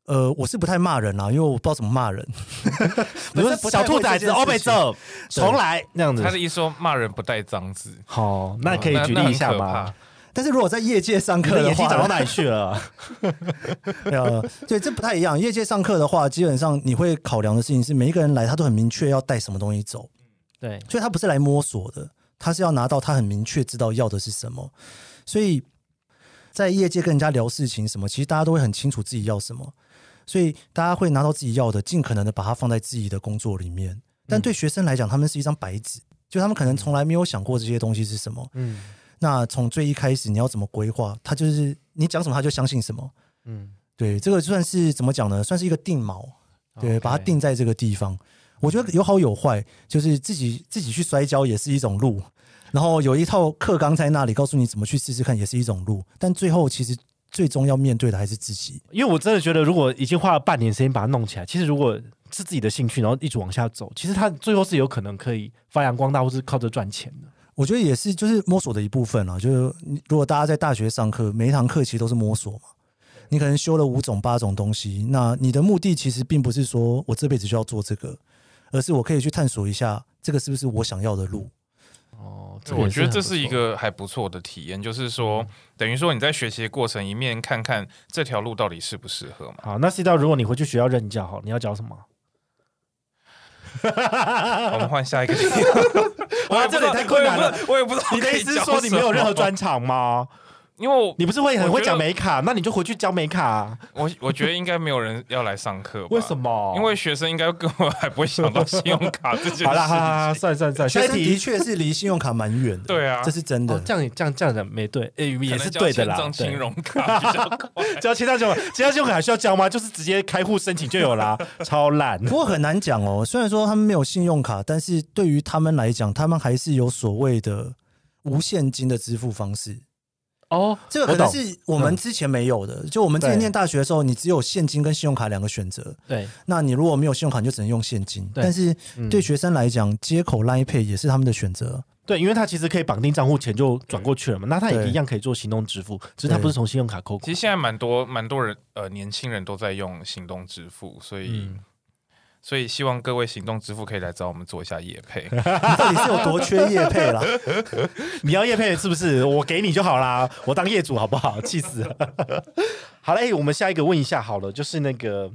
呃，我是不太骂人啦，因为我不知道怎么
*laughs*
骂人。
比如
不
说
是不太
小兔崽子
会这件事情
欧贝走，重来那样子
他。的一说骂人不带脏字，
好，那可以
哦
举例一下？
那很可
吗
怕？
但是如果在业界上
你
课
的
的
眼睛长到
话，
哪里去了？
呃， *laughs* 对，这不太一样。业界上课的话，基本上你会考量的事情是，每一个人来他都很明确要带什么东西走，
*laughs* 对，
所以他不是来摸索的，他是要拿到他很明确知道要的是什么。所以在业界跟人家聊事情什么，其实大家都会很清楚自己要什么，所以大家会拿到自己要的，尽可能的把它放在自己的工作里面。但对学生来讲，他们是一张白纸，就他们可能从来没有想过这些东西是什么。
嗯
那从最一开始你要怎么规划，他就是你讲什么他就相信什么。
嗯，
对，这个算是怎么讲呢？算是一个定锚，对
OK
把它定在这个地方。我觉得有好有坏，就是自己自己去摔跤也是一种路，然后有一套课纲在那里告诉你怎么去试试看，也是一种路。但最后其实最终要面对的还是自己。
因为我真的觉得，如果已经花了半年时间把它弄起来，其实如果是自己的兴趣，然后一直往下走，其实它最后是有可能可以发扬光大，或是靠着赚钱的。
我觉得也是，就是摸索的一部分啊。就是你如果大家在大学上课，每一堂课其实都是摸索嘛。你可能修了五种、八种东西，那你的目的其实并不是说我这辈子就要做这个，而是我可以去探索一下这个是不是我想要的路。
哦，
对我觉得这是一个还不错的体验，就是说，
嗯
等于说你在学习的过程一面看看这条路到底适不适合嘛。
好。那 C 道，如果你回去学校任教，好，你要教什么？
我们换下一
*laughs*
个题。
啊哇
我
这里太困难了
我也不知道。
你的意思是说你没有任何，专长吗？
因为我
你不是会很
我觉
会
得
讲美卡，那你就回去教美卡啊、
我我觉得应该没有人要来上课吧？
为什？么？
因为学生应该根本还不会想到信用卡这件事
*laughs* 好啦，好啦，好啦，
情。
算算算，下
学
一
生的
题。
确是离信用卡蛮远的，
对啊
这是真的。
哦，这样这样这样的没对，诶，
可
也
能
是
叫
对的啦
欠。账
对
金融卡比较快。 *laughs*
交千张信用卡，千张信用卡还需要交吗？就是直接开户申请就有
*laughs*
啦，超烂。
不过很难讲哦。虽然说他们没有信用卡，但是对于他们来讲，他们还是有所谓的无现金的支付方式。
哦，
这个可能
我懂嗯
是我们之前没有的。就我们之前
对
念大学的时候，你只有现金跟信用卡两个选择。
对，
那你如果没有信用卡，你就只能用现金。
对
但是
嗯
对学生来讲，接口 Line Pay 也是他们的
*laughs*
选择。
对，因为他其实可以绑定账户钱就转过去了嘛，那他也
对
一样可以做行动支付，只是他
对
不是从信用卡扣
其
款
实。现在蛮多蛮多人呃年轻人都在用行动支付，所以、
嗯
所以希望各位行动支付可以来找我们做一下业配。 *laughs*
你到底是有多缺业配啦？ *laughs*
你要业配是不是？我给你就好啦， *laughs* 我当业主好不好？气死了！ *laughs* 好嘞、我们下一个问一下好了，就是那个，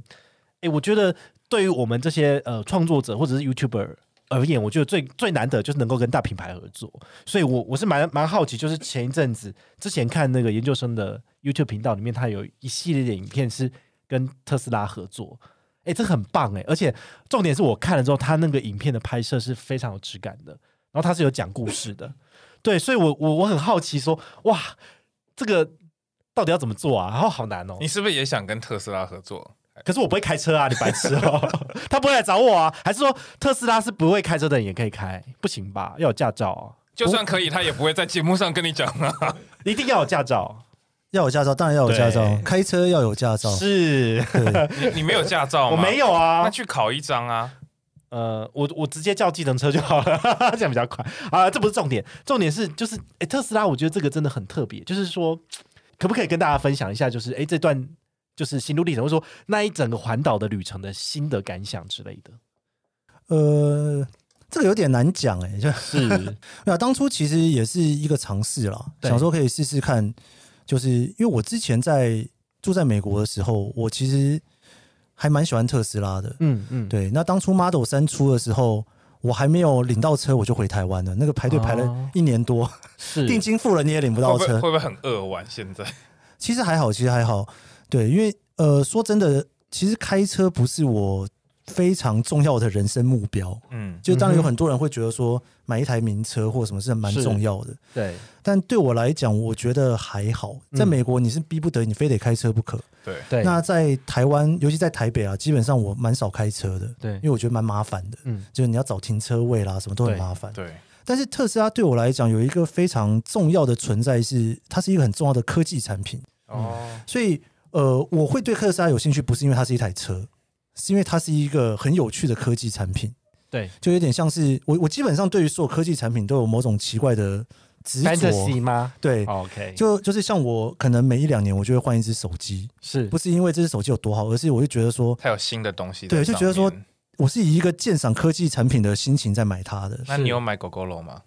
哎、我觉得对于我们这些呃创作者或者是 YouTuber 而言，我觉得最最难得就是能够跟大品牌合作，所以我我是蛮蛮好奇，就是前一阵子之前看那个研究生的 YouTube 频道里面，他有一系列的影片是跟特斯拉合作。哎、这很棒哎、而且重点是我看了之后，他那个影片的拍摄是非常有质感的，然后他是有讲故事的，对，所以我我我很好奇说，哇，这个到底要怎么做啊？然后好难哦。
你是不是也想跟特斯拉合作？
可是我不会开车啊，你白痴哦， *laughs* 他不会来找我啊？还是说特斯拉是不会开车的人也可以开？不行吧？要有驾照啊，
就算可以，他也不会在节目上跟你讲啊。 *laughs*
一定要有驾照。
要有驾照，当然要有驾照
对。
开车要有驾
哦
照。
是，
对，
你你没有驾照
我
吗？
没有啊
那。去考一张啊！
呃，我我直接叫计程车就好了， *laughs* 这样比较快啊。这不是重点，重点是就是，哎、特斯拉，我觉得这个真的很特别，就是说，可不可以跟大家分享一下，就是哎、诶这段就是心路历程，或者说那一整个环岛的旅程的新的感想之类的。，
呃，这个有点难讲哎、就是 *laughs* 没有，当初其实也是一个尝试啦，
对
想说可以试试看，就是因为我之前在住在美国的时候，我其实还蛮喜欢特斯拉的。
嗯嗯，
对，那当初 Model 三出的时候，我还没有领到车，我就回台湾了。那个排队排了
哦
一年多，
是
定金付了你也领不
会不
到
会
车
会。不会很扼腕？现在
其实还好，其实还好。对，因为呃，说真的，其实开车不是我非常重要的人生目标。
嗯，
就当然
嗯
有
哼
很多人会觉得说买一台名车或什么是蛮
是
重要的，
对，
但对我来讲，我觉得还好。在
嗯
美国你是逼不得，你非得开车不可。
对，
对，
那在台湾，尤其在台北啊，基本上我蛮少开车的，
对
因为我觉得蛮麻烦的，
嗯
就是你要找停车位啦，什么都很
对
麻烦。
对，
但是特斯拉对我来讲有一个非常重要的存在是，它是一个很重要的科技产品，
哦，
所以呃，我会对特斯拉有兴趣，不是因为它是一台车，是因为它是一个很有趣的科技产品。
对
就有点像是我我基本上对于所有科技产品都有某种奇怪的执着
，fantasy，吗哦
对，
哦
？OK，
就就是像我可能每一两年我就会换一只手机，
是
不是因为这只手机有多好，而是我就觉得说
他有新的东西在
对
上面。
就觉得说我是以一个鉴赏科技产品的心情在买它的。
那你有买狗狗楼吗？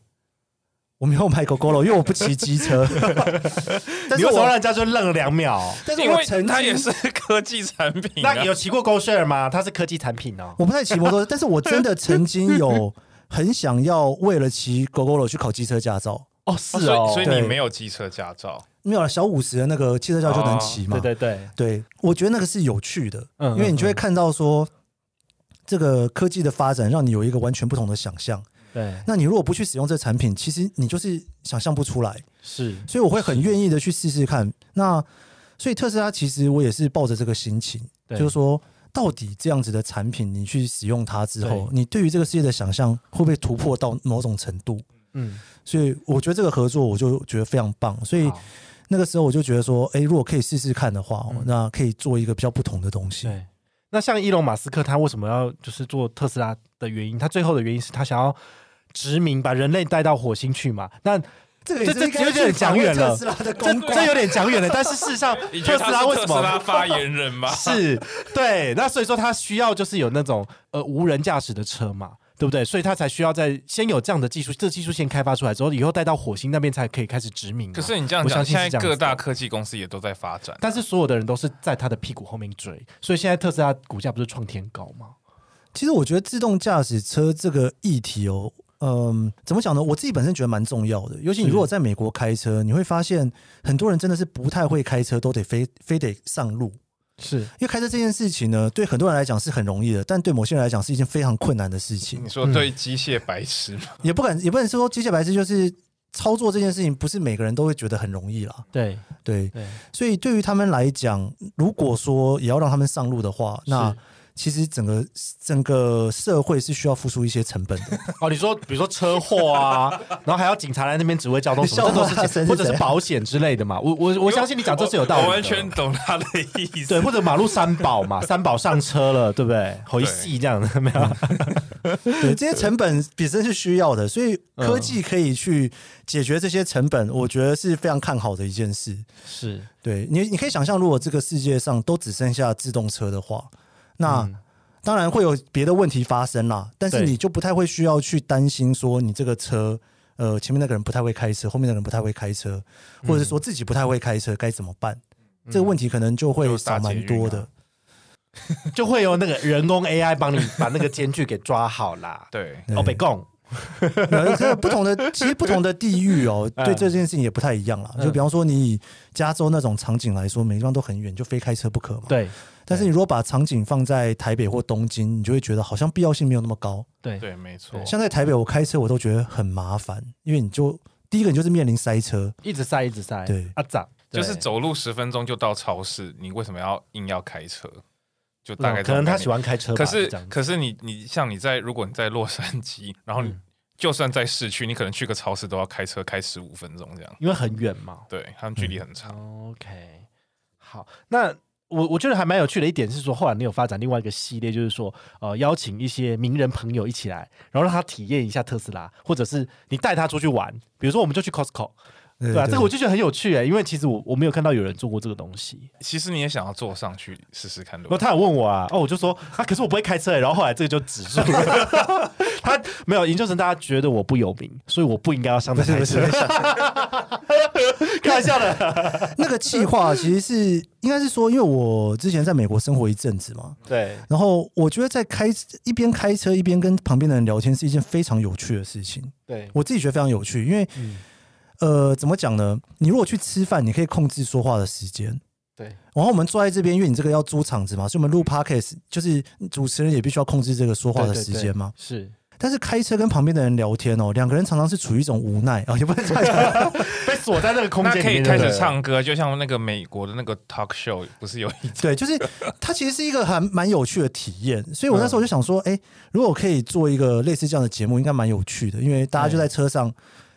我没有买 GoGo 因为我不骑机车，
*laughs*
*laughs* 但
你
是
为什么让
我
人家就愣了两秒？
但是
因
我
为
曾
它也是
经
科技产品啊。
那有骑过 GoShare 吗？它是科技产品哦。
我不太骑摩托车，但是我真的曾经有很想要为了骑 GoGo 去考机车驾照。
哦
哦，是
所以所以
对
你没有机车驾照，
没有了，小五十的那个汽车驾照就能
哦
骑嘛、
对对对，
对，我觉得那个是有趣的，
嗯
因为
嗯
你就会
嗯
看到说，这个科技的发展让你有一个完全不同的想象。
对，
那你如果不去使用这个产品，其实你就是想象不出来。
是
所以我会很愿意的去试试看。那所以特斯拉其实我也是抱着这个心情，
对
就是说到底这样子的产品，你去使用它之后
对，
你对于这个世界的想象会不会突破到某种程度？
嗯，
所以我觉得这个合作我就觉得非常棒。所以
好
那个时候我就觉得说，哎，如果可以试试看的话
嗯
哦，那可以做一个比较不同的东西。
对。那像伊隆马斯克，他为什么要就是做特斯拉的原因？他最后的原因是他想要殖民，把人类带到火星去嘛？那
这
这
个也
这
是应该
有点
去
讲
访问
远了
特斯拉的
这
公关
这有点讲远了。但是事实上，
啊 *laughs* 你觉
特
得
斯
他
拉
是
为
特
什
斯拉
么？
发言人
*laughs*
吗？
是对，那所以说他需要就是有那种呃无人驾驶的车嘛，对不对？所以他才需要在先有这样的技术，这技术先开发出来之后，以后带到火星那边才可以开始殖民嘛。
可是你这样
我
讲，
相信
现在
是这样
各
子
大科技公司也都在发展。
但是所有的人都是在他的屁股后面追，所以现在特斯拉股价不是创天高吗？
其实我觉得自动驾驶车这个议题哦，嗯，怎么讲呢？我自己本身觉得蛮重要的，尤其你
是
如果在美国开车，你会发现很多人真的是不太会开车，都得非非得上路。
是
因为开车这件事情呢，对很多人来讲是很容易的，但对某些人来讲是一件非常困难的事情
嗯
你。说对机械白痴吗？
也不敢，也不能说机械白痴，就是操作这件事情，不是每个人都会觉得很容易啦。
对
对，
对，
所以对于他们来讲，如果说也要让他们上路的话，那
是
其实整个整个社会是需要付出一些成本的。
哦，你说比如说车祸啊，然后还要警察来那边指挥交通什么，
你笑
这
话
都是
他
钱
神是
或者
谁
是
啊
保险之类的嘛。我我我相信你讲这是有道理 *laughs* 的，
我完全懂他的意
*laughs*
思。
对，或者马路三宝嘛，三宝上车了，对不对？嗯回戏这样的没有？啊
对， *laughs* 这些成本本身是需要的，所以科技可以去解决这些成本，我觉得是非常看好的一件事。
是
对你，你可以想象，如果这个世界上都只剩下自动车的话，那、
嗯
当然会有别的问题发生啦。但是
对
你就不太会需要去担心说你这个车，呃，前面那个人不太会开车，后面那个人不太会开车，或者是
嗯
说自己不太会开车该怎么办？这个问题可能就会
就搭
少蛮
捷运
多
啊
的。
就会有那个人工 AI 帮
*laughs*
你把那个间距给抓好啦。
对，
哦，北贡
呃，这不
*laughs*
同的，其实不同的地域哦，
嗯
对这件事情也不太一样啦。就比方说，你以加州那种场景来说，每个地方都很远，就非开车不可嘛。。
对
但是你如果把场景放在台北或东京，你就会觉得好像必要性没有那么高。
对
对，没错。
像在台北，我开车我都觉得很麻烦，因为你就第一个你就是面临塞车，
一直塞一直塞，
对
啊咋
就是走路十分钟就到超市，你为什么要硬要开车？就大概这
可
种
能他
概念
喜。欢开车吧，
可是
这样子
可是你你像你在如果你在洛杉矶，然后你
嗯
就算在市区，你可能去个超市都要开车开十五分钟这样。
因为很远嘛。
对他们距
嗯
离很长，
OK，好，那我我觉得还蛮有趣的一点是说，后来你有发展另外一个系列，就是说，呃，邀请一些名人朋友一起来，然后让他体验一下特斯拉，或者是你带他出去玩，比如说我们就去 Costco，
对
对啊吧、这个我就觉得很有趣哎、因为其实我我没有看到有人做过这个东西。
其实你也想要坐上去试试看，对
然
吧？
后他有问我啊，哦，我就说啊，可是我不会开车、欸，然后后来这个就止住
*laughs*
了。 *laughs* 他没有研究生，大家觉得我不有名，所以我不应该要上这台车， *laughs* 开玩笑
*laughs*
的。
那个气话其实是应该是说，因为我之前在美国生活一阵子嘛，
对，
然后我觉得在开一边开车一边跟旁边的人聊天是一件非常有趣的事情。
对，嗯
我自己觉得非常有趣，因为、呃，怎么讲呢？你如果去吃饭，你可以控制说话的时间。
对，
然后我们坐在这边，因为你这个要租场子嘛，所以我们录 podcast，就是主持人也必须要控制这个说话的
对对
时
对
间嘛。
是
但是开车跟旁边的人聊天哦，两个人常常是处于一种无奈啊、也不是这样讲
被锁在那个空
那
间里
可以
面，
开
对
始
不对
唱歌，就像那个美国的那个 talk show，不是有一
*laughs* 对，就是它其实是一个还蛮有趣的体验。所以我那
嗯
时候就想说，哎、如果可以做一个类似这样的节目，应该蛮有趣的，因为大家就在车上，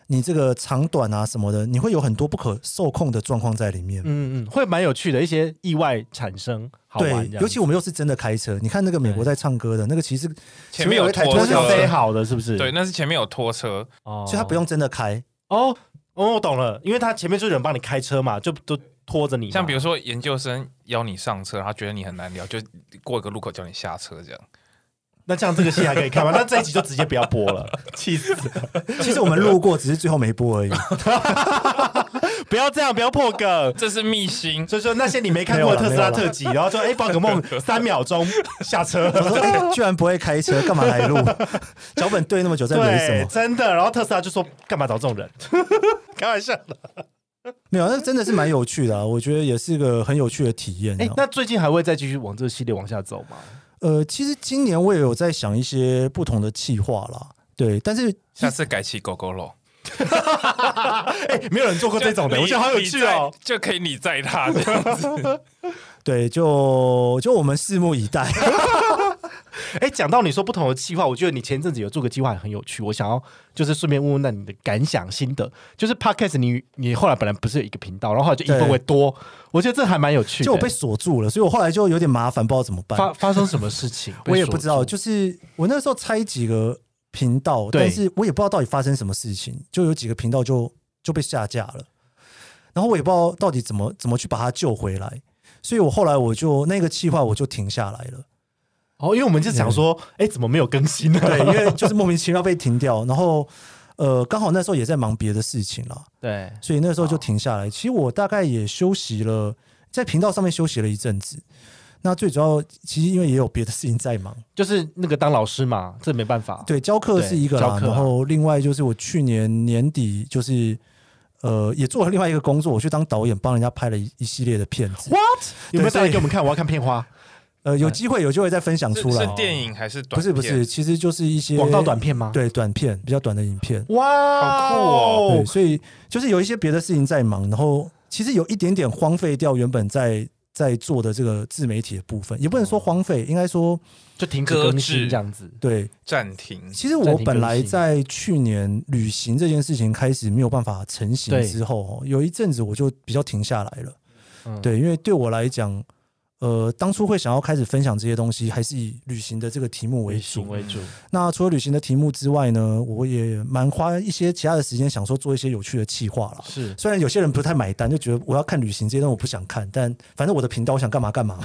你这个长短啊什么的，你会有很多不可受控的状况在里面。
嗯嗯，会蛮有趣的，一些意外产生，好玩
对
这，样
尤其我们又是真的开车，你看那个美国在唱歌的那个，其实
哦
前面有
有一台
拖
都 *laughs*
拖
是
车
车，
飞好的，是不是？
对，，那是前面有拖车，
哦
所以他不用真的开。
哦哦，我懂了，因为他前面就有人帮你开车嘛，就都拖着你嘛。
像比如说研究生邀你上车，他觉得你很难聊，就过一个路口叫你下车这样。
那这样这个戏还可以看吗？那这一集就直接不要播
*laughs*
了，气死！
其实我们路过，只是最后没播而已。
不要这样，不要破梗。
这是秘
*laughs*
辛，
所以说那些你没看过的特斯
没有
拉
啦
特辑，然后说哎、 *laughs* 宝可梦三秒钟下
*laughs*
车，
我说，哎，居然不会开车，干嘛来录？脚本对那么久，在累什
对，
么？
真的。然后特斯拉就说干嘛找这种人？ *laughs* 开玩笑的。
没有，那真的是蛮有趣的、啊，我觉得也是个很有趣的体验、
哎、
啊。
那最近还会再继续往这个系列往下走吗？
呃，其实今年我也有在想一些不同的计划啦。对，但是
下次改起狗狗肉，
哎、 *laughs* 没有人做过这种的，
就
我觉得好有
你
趣哦
你。在就可以你在它这样子，
对，就就我们拭目以待。
哎、讲到你说不同的计划，我觉得你前阵子有做个计划很有趣，我想要就是顺便问问那你的感想心得。就是 podcast 你你后来本来不是有一个频道，然后后来就一分为多，我觉得这还蛮有趣的。
就我被锁住了，所以我后来就有点麻烦，不知道怎么办。
发发生什么事情，
*laughs* 我也
被锁
不知道，
住
就是我那时候拆几个频道，
对
但是我也不知道到底发生什么事情，就有几个频道就就被下架了，然后我也不知道到底怎么怎么去把它救回来，所以我后来我就那个计划我就停下来了，
哦，因为我们就想说，哎、怎么没有更新呢？
*laughs* 对，因
*laughs*
为就是莫名其妙被停掉，然后呃，刚好那时候也在忙别的事情啦，
对，
所以那时
哦
候就停下来。其实我大概也休息了，在频道上面休息了一阵子。那最主要，其实因为也有别的事情在忙，
就是那个当老师嘛，这没办法。
对，教课是一个
对教，
啦
课啊
然后另外就是我去年年底就是呃也做了另外一个工作，我去当导演，帮人家拍了一一系列的片子。
，what 有没有带
所
来
以
给我们看？我要看片花，
呃，
嗯
有机会有机会再分享
是
出来
是。电影还
哦
是短？
不是不是，，其实就是一些
广告短，片吗？，
对短片比较短的影片。
哇，
好酷哦
对，所以就是有一些别的事情在忙，然后其实有一点点荒废掉原本在在做的这个自媒体的部分，也不能说荒废，应该说
就停止
搁
更新
置
这样子。
对。
暂停。
其实
暂
我
停
本
更
来
新
在去年旅行这件事情开始没有办法成型
对
之后，哦有一阵子我就比较停下来了。
嗯
对，因为对我来讲，呃，当初会想要开始分享这些东西，还是以旅行的这个题目为主。
为主，
那除了旅行的题目之外呢，我也蛮花一些其他的时间，想说做一些有趣的企划啦。
是
虽然有些人不太买单，就觉得我要看旅行这些东西我不想看，但反正我的频道我想干嘛干
*laughs*
嘛。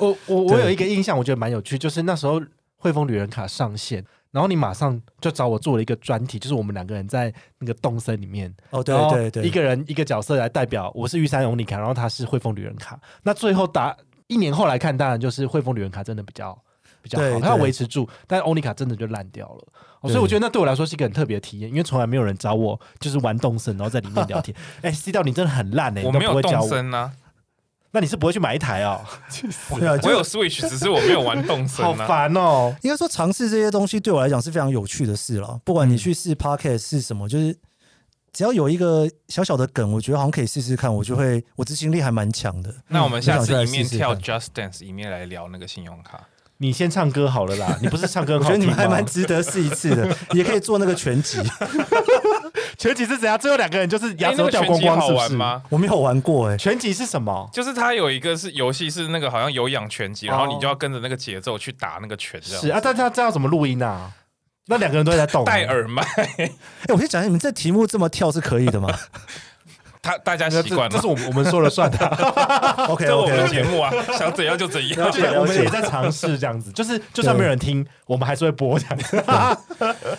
我我我
对
有一个印象，我觉得蛮有趣，就是那时候汇丰旅人卡上线，然后你马上就找我做了一个专题，就是我们两个人在那个洞森里面，
哦，对
然后
对对，
一个人一个角色来代表，我是玉山永里卡，然后他是汇丰旅人卡，那最后打一年后来看，当然就是汇丰旅人卡真的比较。比较
对
好，
对
他维持住，但欧尼卡真的就烂掉了、哦
对
所以我觉得那对我来说是一个很特别的体验，因为从来没有人找我就是玩动森，然后在里面聊 *laughs* 天。哎、c 到你真的很烂哎、
我
你
没
都不
有
会教
动
我，
身
*laughs*
啊，
那你是不会去买一台哦，
对啊，
我
就
有 Switch，只是我没有玩动身
好
啊。
烦哦。
应该说尝试这些东西对我来讲是非常有趣的事了。不管你去试 podcast 是什么，就是只要有一个小小的梗，我觉得好像可以试试看，我就
嗯
会我执行力还蛮强的。
那我们下次一面
嗯
跳
我想
Just Dance，一面来聊那个信用
*laughs*
卡。
你先唱歌好了 *laughs* 啦，你不是唱歌
我
很好
觉得
听
你
吗？
们还蛮值得试一次
*laughs*
的，也可以做那个全集。
全集是怎样？最后两个人就是
哎
牙
那
齿都
个
掉
拳
光
击
光，
好
是不
玩
是？
吗？
我没有玩过哎、
全集是什么？
就是它有一个是游戏，是那个好像有氧拳击，然后你就要跟着那个节奏去打那个拳，这样
哦是啊，但他这要怎么录音啊？那两个人都在动
戴耳麦，
哎、我先讲一下，你们这题目这么跳是可以
*laughs*
的吗
他 *laughs* 大家
这
习惯
这
了
是。我们我们说了算的 *laughs* 啊，
？OK
这我们
OK
的
OK，
节目啊，想怎样就怎样。
就是我们也在尝试这样子，就是就算没有人听，我们还是会播这样子。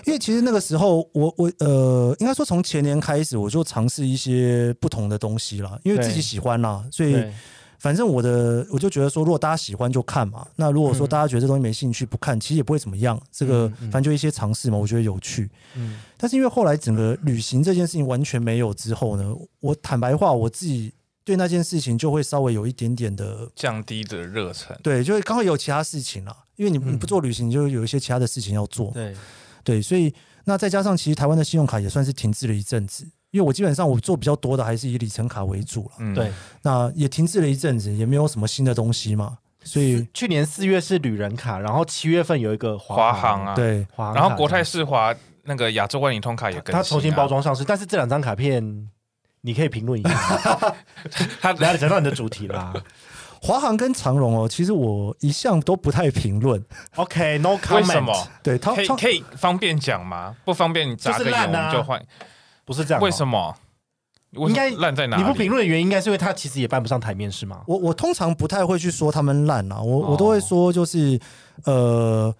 因为其实那个时候，我我呃，应该说从前年开始，我就尝试一些不同的东西啦，因为自己
对
喜欢啦，所以反正我的我就觉得说，如果大家喜欢就看嘛。那如果说
嗯
大家觉得这东西没兴趣不看，其实也不会怎么样。这个
嗯嗯
反正就一些尝试嘛，我觉得有趣。
嗯
但是因为后来整个旅行这件事情完全没有之后呢，我坦白话，我自己对那件事情就会稍微有一点点的，
降低的热忱，
对，就是刚好有其他事情啦。因为你
嗯
你不做旅行，就有一些其他的事情要做。
对，
对，所以那再加上其实台湾的信用卡也算是停滞了一阵子，因为我基本上我做比较多的还是以里程卡为主了。
嗯
对，
那也停滞了一阵子，也没有什么新的东西嘛，所以。
去年四月是旅人卡，然后七月份有一个
华
航
航，啊，，
对，
华航卡
然后国泰世华那个亚洲万里通卡也更新啊
它重新包，装上市，但是这两张卡片你可以评论
*laughs*
一下，
它
来讲到你的主题啦。
华航跟长荣哦，其实我一向都不太评论。
OK，No、comment。
为什么？
对他，
可以
他
可以方便讲吗？不方便你砸个
就是
眼
烂
我
啊
们就换，
不是这样、哦
为什？么？
应该
为什么烂在哪里？
你不评论的原因，应该是因为它其实也搬不上台面，是吗？
我我通常不太会去说他们烂啊，我
哦
我都会说就是呃，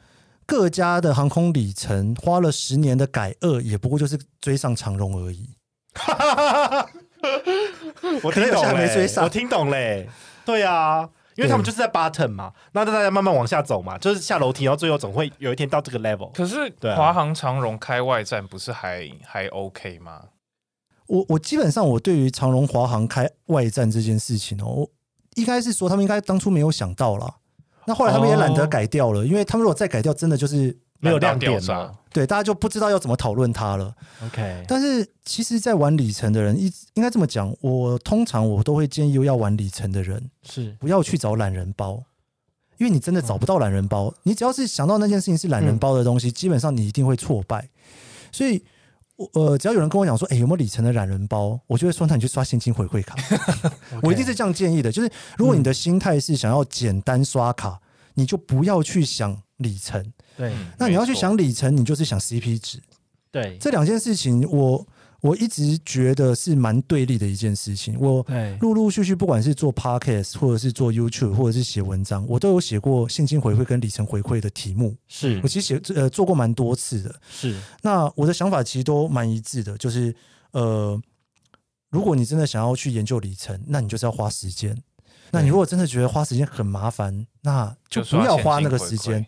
各家的航空里程花了十年的改恶，也不过就是追上长荣而已。
*laughs* 我
可能
听
有些
懂
还没
嘞、
追上
我听懂嘞、对啊，因为他们就是在 bottom 嘛，那大家慢慢往下走嘛，就是下楼梯，然后最后总会有一天到这个 level。
可是
对啊
华航长荣开外站不是还还 OK 吗？
我我基本上我对于长荣华航开外站这件事情哦，我应该是说他们应该当初没有想到啦。那后来他们也懒得改掉了，因为他们如果再改掉，真的就是
没有亮
烂到
点啊
掉
嘛
渣。
对，大家就不知道要怎么讨论它了。
OK，
但是其实，在玩里程的人，一应该这么讲，我通常我都会建议要玩里程的人，
*laughs* 是
不要去找懒人包，因为你真的找不到懒人包。你只要是想到那件事情是懒人包的东西，基本上你一定会挫败。所以，我呃，只要有人跟我讲说，哎、有没有里程的懒人包，我就会说，那你去刷现金回馈卡。我一定是这样建议的，就是如果你的心态是想要简单刷卡，你就不要去想里程。
对
那你要去
嗯没错
想里程，你就是想 CP 值。
对
这两件事情我，我一直觉得是蛮对立的一件事情。我
对
陆陆续续，不管是做 podcast，或者是做 YouTube，或者是写文章，我都有写过现金回馈跟里程回馈的题目。
嗯
是
我其实写呃做过蛮多次的。
是
那我的想法其实都蛮一致的，就是呃，如果你真的想要去研究里程，那你就是要花时间。那你如果真的觉得花时间很麻烦，那就不
刷
要
现
花
金
那个
回
时
馈
间。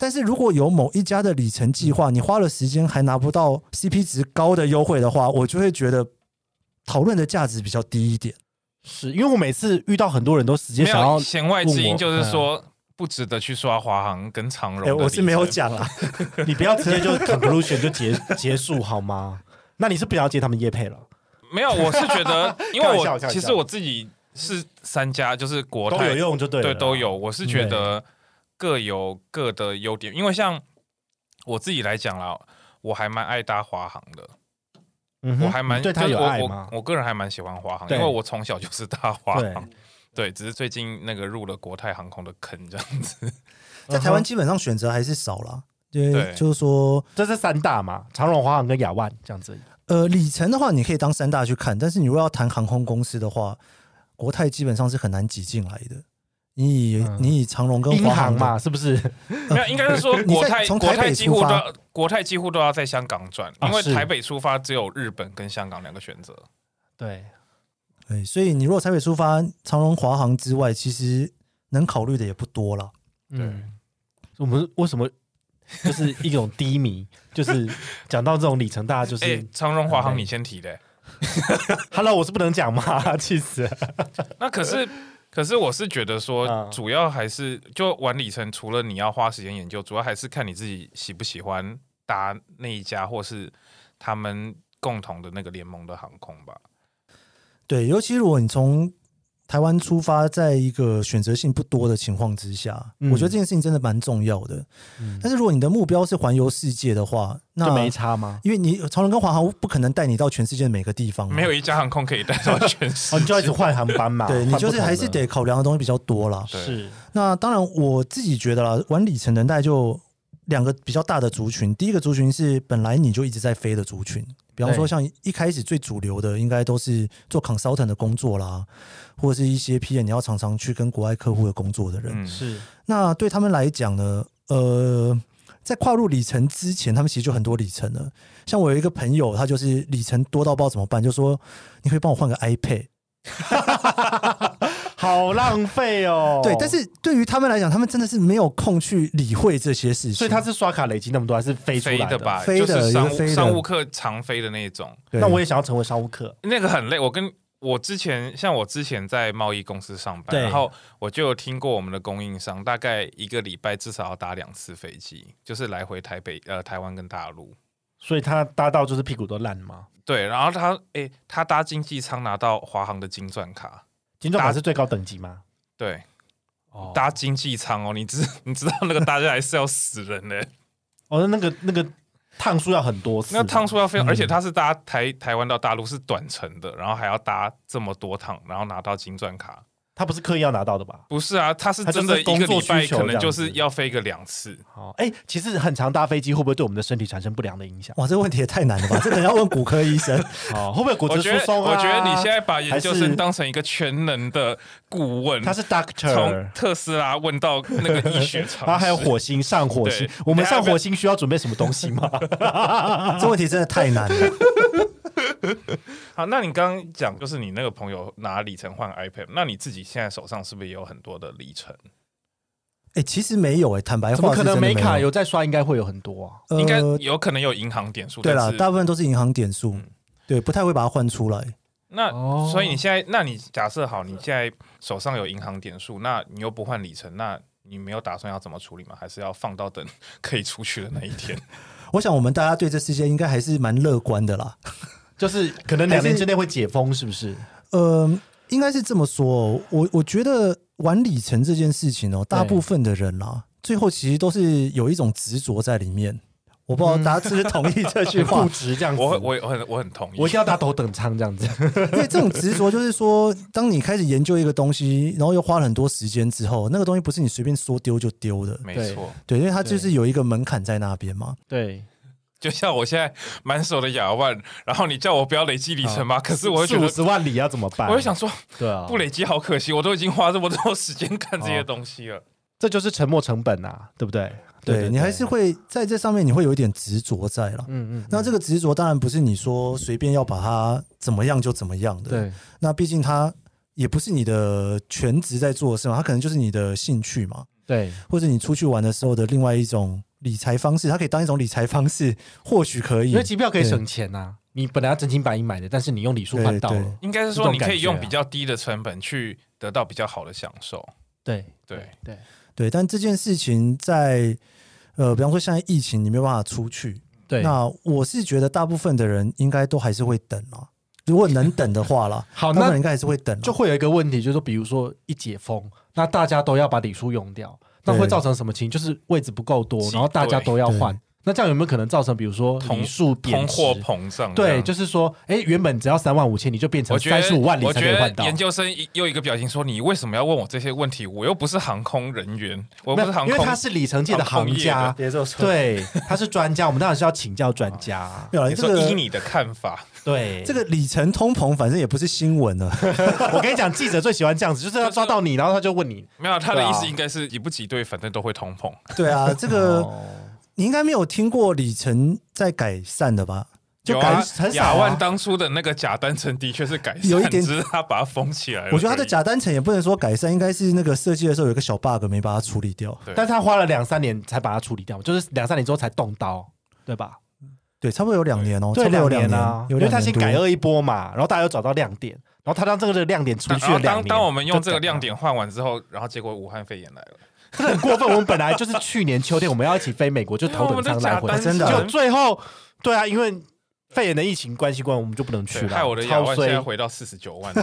但是如果有某一家的里程计划，你花了时间还拿不到 CP 值高的优惠的话，我就会觉得讨论的价值比较低一点。
是，因为我每次遇到很多人都直接
没
想要
有弦外之音，就
问
是
我
说不值得去刷华航跟长荣
哎、
的里程。
我是没有讲
*laughs*
啊，
你不要直接就 conclusion 就结结束好吗？那你是不想要接他们业配了？
没有，我是觉
*laughs*
得，因为
开玩笑
我
开玩笑
其实我自己是三家，就是国
都
泰
有用就对了，
对都有，我是觉得各有各的优点，因为像我自己来讲啦，我还蛮爱搭华航的，
嗯哼。
我还蛮
你对他
就是
有
我
爱吗
我？我个人还蛮喜欢华航，
对
因为我从小就是搭华
对，
航，对，只是最近那个入了国泰航空的坑这样子。
嗯
在台湾基本上选择还是少啦。对，
对
就是说，
这是三大嘛，长荣、华航跟亚万这样子。
呃，里程的话你可以当三大去看，但是你如果要谈航空公司的话，国泰基本上是很难挤进来的。你以、
嗯
你以长荣跟
银
华
行
航的，
嘛，是不是？
没有，应该是
*laughs*
说
你
国
在
泰
从
国
台北
泰几乎
出
都
发
要国泰几乎都要在香港转，
啊
因为
是
台北出发只有日本跟香港两个选择。
对，
对，哎所以你如果台北出发，长荣、华航之外，其实能考虑的也不多啦。
嗯，我们为什么就是一种低迷？就是讲到这种里程，大家就
哎
是，嗯
长荣华
很
航
累
你先提的欸、
“Hello，我是不能讲嘛，气死了。
那可是。可是我是觉得说
嗯，
主要还是就玩里程，除了你要花时间研究，主要还是看你自己喜不喜欢搭那一家，或是他们共同的那个联盟的航空吧。
对，尤其如果你从台湾出发，在一个选择性不多的情况之下，
嗯
我觉得这件事情真的蛮重要的。
嗯
但是如果你的目标是环游世界的话，那
就没差吗？
因为你长荣跟华航不可能带你到全世界的每个地方啊
*laughs*
嘛，
没有一家航空可以带到全世
嗯哦，你
界。
就要一直换航班嘛？
*laughs* 对你
换不
就是还
同
是
的
得考量的东西比较多啦。
对
是
那当然，我自己觉得啦，玩里程的大概就两个比较大的族群。第一个族群是本来你就一直在飞的族群，比方说
对
像一开始最主流的，应该都是做 consultant 的工作啦，或者是一些 P N 你要常常去跟国外客户的工作的人。
嗯，
是，
那对他们来讲呢，呃，在跨入里程之前，他们其实就很多里程了。像我有一个朋友，他就是里程多到不知道怎么办，就说你可以帮我换个 iPad。
好浪费哦。
*laughs* 对，但是对于他们来讲，他们真的是没有空去理会这些事情。
所以他是刷卡累积那么多，还是飞出来
飞的？吧，
飞的
就是商
有个飞
务
的
商务客常飞的那一种。
对
那我也想要成为商务客，
那个很累。我跟我之前像我之前在贸易公司上班，
对
然后我就有听过我们的供应商大概一个礼拜至少要打两次飞机，就是来回台北呃台湾跟大陆。
所以他搭到就是屁股都烂吗？
对，然后他诶，他搭经济舱拿到华航的金钻卡，
金钟卡
搭
是最高等级吗？
对，
哦
搭经济舱哦，你知 *laughs* 你知道那个搭下来是要死
*laughs*
人的，
哦，那个那个趟数要很多次，啊
那趟数要飞，
嗯
而且他是搭台台湾到大陆是短程的，然后还要搭这么多趟，然后拿到金钻卡，
他不是刻意要拿到的吧？
不是啊，他是
他就
真的
是
一个
工作
礼拜
需求
可
这
能
样
就是
子
要飞个两次，
好，哎，其实很常搭飞机会不会对我们的身体产生不良的影响？
哇，这个问题也太难
*laughs*
了吧？这可能要问骨科医生。
哦，会不会骨
我
质
觉
疏
得，
松啊？
我觉得你现在把研究
还
生
是
当成一个全能的顾问，
他是
从
doctor。
特斯拉问到那个医学
*laughs*
常识，
然后还有火星上火星
对，
我们
等一下
上火星需要准备什么东西 *laughs* 吗？
这问题真的太难了。
*laughs*
好，那你刚刚讲就是你那个朋友拿里程换 iPad，那你自己现在手上是不是也有很多的里程？
哎、其实没有哎、坦白
怎么
话
可
是真
能
的没
没卡有在刷？应该会有很多啊。
呃
应该有可能有银行点数，
对
但
啦，
嗯
是
大部分都是银行点数，
嗯
对，不太会把它换出来。
那、
哦
所以你现在，那你假设好，你现在手上有银行点数，那你又不换里程，那你没有打算要怎么处理吗？还是要放到等 *laughs* 可以出去的那一天？
我想我们大家对这世界应该还是蛮乐观的啦。
就是可能两年之内会解封，是不是？
呃，应该是这么说、哦。我我觉得玩里程这件事情哦，大部分的人啦、啊最后其实都是有一种执着在里面。我不知道大家是不是同意这句话
*laughs* 固，执这样子，
我会我也我很我很同意，
我一定要搭头等舱这样子。
因为这种执着就是说，当你开始研究一个东西，然后又花了很多时间之后，那个东西不是你随便说丢就丢的。
没
对
错。
对，因为它就是
对
有一个门槛在那边嘛。
*laughs* 对，
就像我现在满手的亚万，然后你叫我不要累积里程
啊
吧，可是我会觉
四五
得，
十万里要怎么办？
我就想，说
对啊，
不累积好可惜，我都已经花这么多时间看这
哦
些东西了。
这就是沉没成本啊，对不对？
对你还是，会在这上面，你会有一点执着在了。
嗯嗯，
那这个执着当然不是你说随便要把它怎么样就怎么样的，
对
那毕竟它也不是你的全职在做的事嘛，它可能就是你的兴趣嘛，
对
或者你出去玩的时候的另外一种理财方式，它可以当一种理财方式，或许可以
因为。机票可以省钱呐、啊。你本来要真金白银买的，但是你用礼数换到
对对
了，
应该是
这
说
种
你可
感
以
觉
用
啊
比较低的成本去得到比较好的享受。
对
对
对
对，但这件事情在呃，比方说现在疫情，你没有办法出去，
对。
那我是觉得大部分的人应该都还是会等啦。如果能等的话啦，
好，
大部分
那
人应该还是会等啊啦。
就会有一个问题，就是说，比如说一解封，那大家都要把礼数用掉，那会
对
造成什么情况？就是位置不够多
挤，
然后大家都要换
对，
那这样有没有可能造成，比如说
通
礼数
通
贬值
货膨胀这
对，
样，
就是说，哎，原本只要三万五千，你就变成
我觉得
三十五万里
我
才
觉
可以
得
换到。
研究生一又一个表情说：“你为什么要问我这些问题？我又不是航空人员，我又
没
不
有
是航
因
空。”
为他是里程界的行
航
家，
别这么说
对，他是专家，我们当然是要请教专家。
没有啦
你
这
说
个
依你的看法，
对，
这个里程通膨，反正也不是新闻了。 *laughs*
*laughs* 我跟你讲，记者最喜欢这样子，就是要抓到你，然后他就问你，
没有他的意
对
思
啊
应该是挤不挤兑，反正都会通膨。
对啊，这个
哦，
你应该没有听过里程在改善的吧？就
有
改、
啊
很少、
亚万
啊。
当初的那个假单程的确是改善，
有一点
只是他把它封起来了而已。
我觉得它的假单程也不能说改善，应该是那个设计的时候有一个小 bug 没把它处理掉。
对，
但是他花了两三年才把它处理掉，就是两三年之后才动刀，对吧？
对，差不多有两年哦、差
对，
不多有
两
两年，
啊，
有
因为
两
他
年
先
多
改恶一波嘛，然后大家又找到亮点，然后他让这个亮点除
然
去了
后
两
当
年。
当我们用这个
就改
亮
了，
点换完之后，然后结果武汉肺炎来了，
真的很过分。我们本来就是去年秋天我们要一起飞美国，就头等舱来
我
回
们的假单，
真的啊
就最后对啊，因为肺炎的疫情关系关，我们就不能去
对
了，
害我的亚
啊超
万现
衰
在回到四十九万里。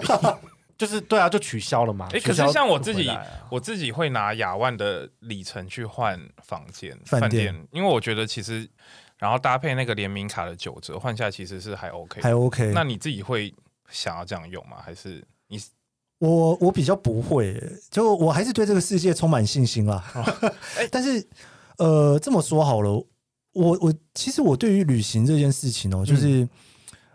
就是对啊，就取消了嘛。
哎，
取
可
消
是像我
就
自
回
己
来了，
我自己会拿亚万的里程去换房间、
饭
饭
店
店，因为我觉得其实，然后搭配那个联名卡的九折换下，其实是还 OK 的。
还 OK。
那你自己会想要这样用吗？还是你
我我比较不会、就我还是对这个世界充满信心啦。但是呃，这么说好了，我我其实我对于旅行这件事情哦、就是、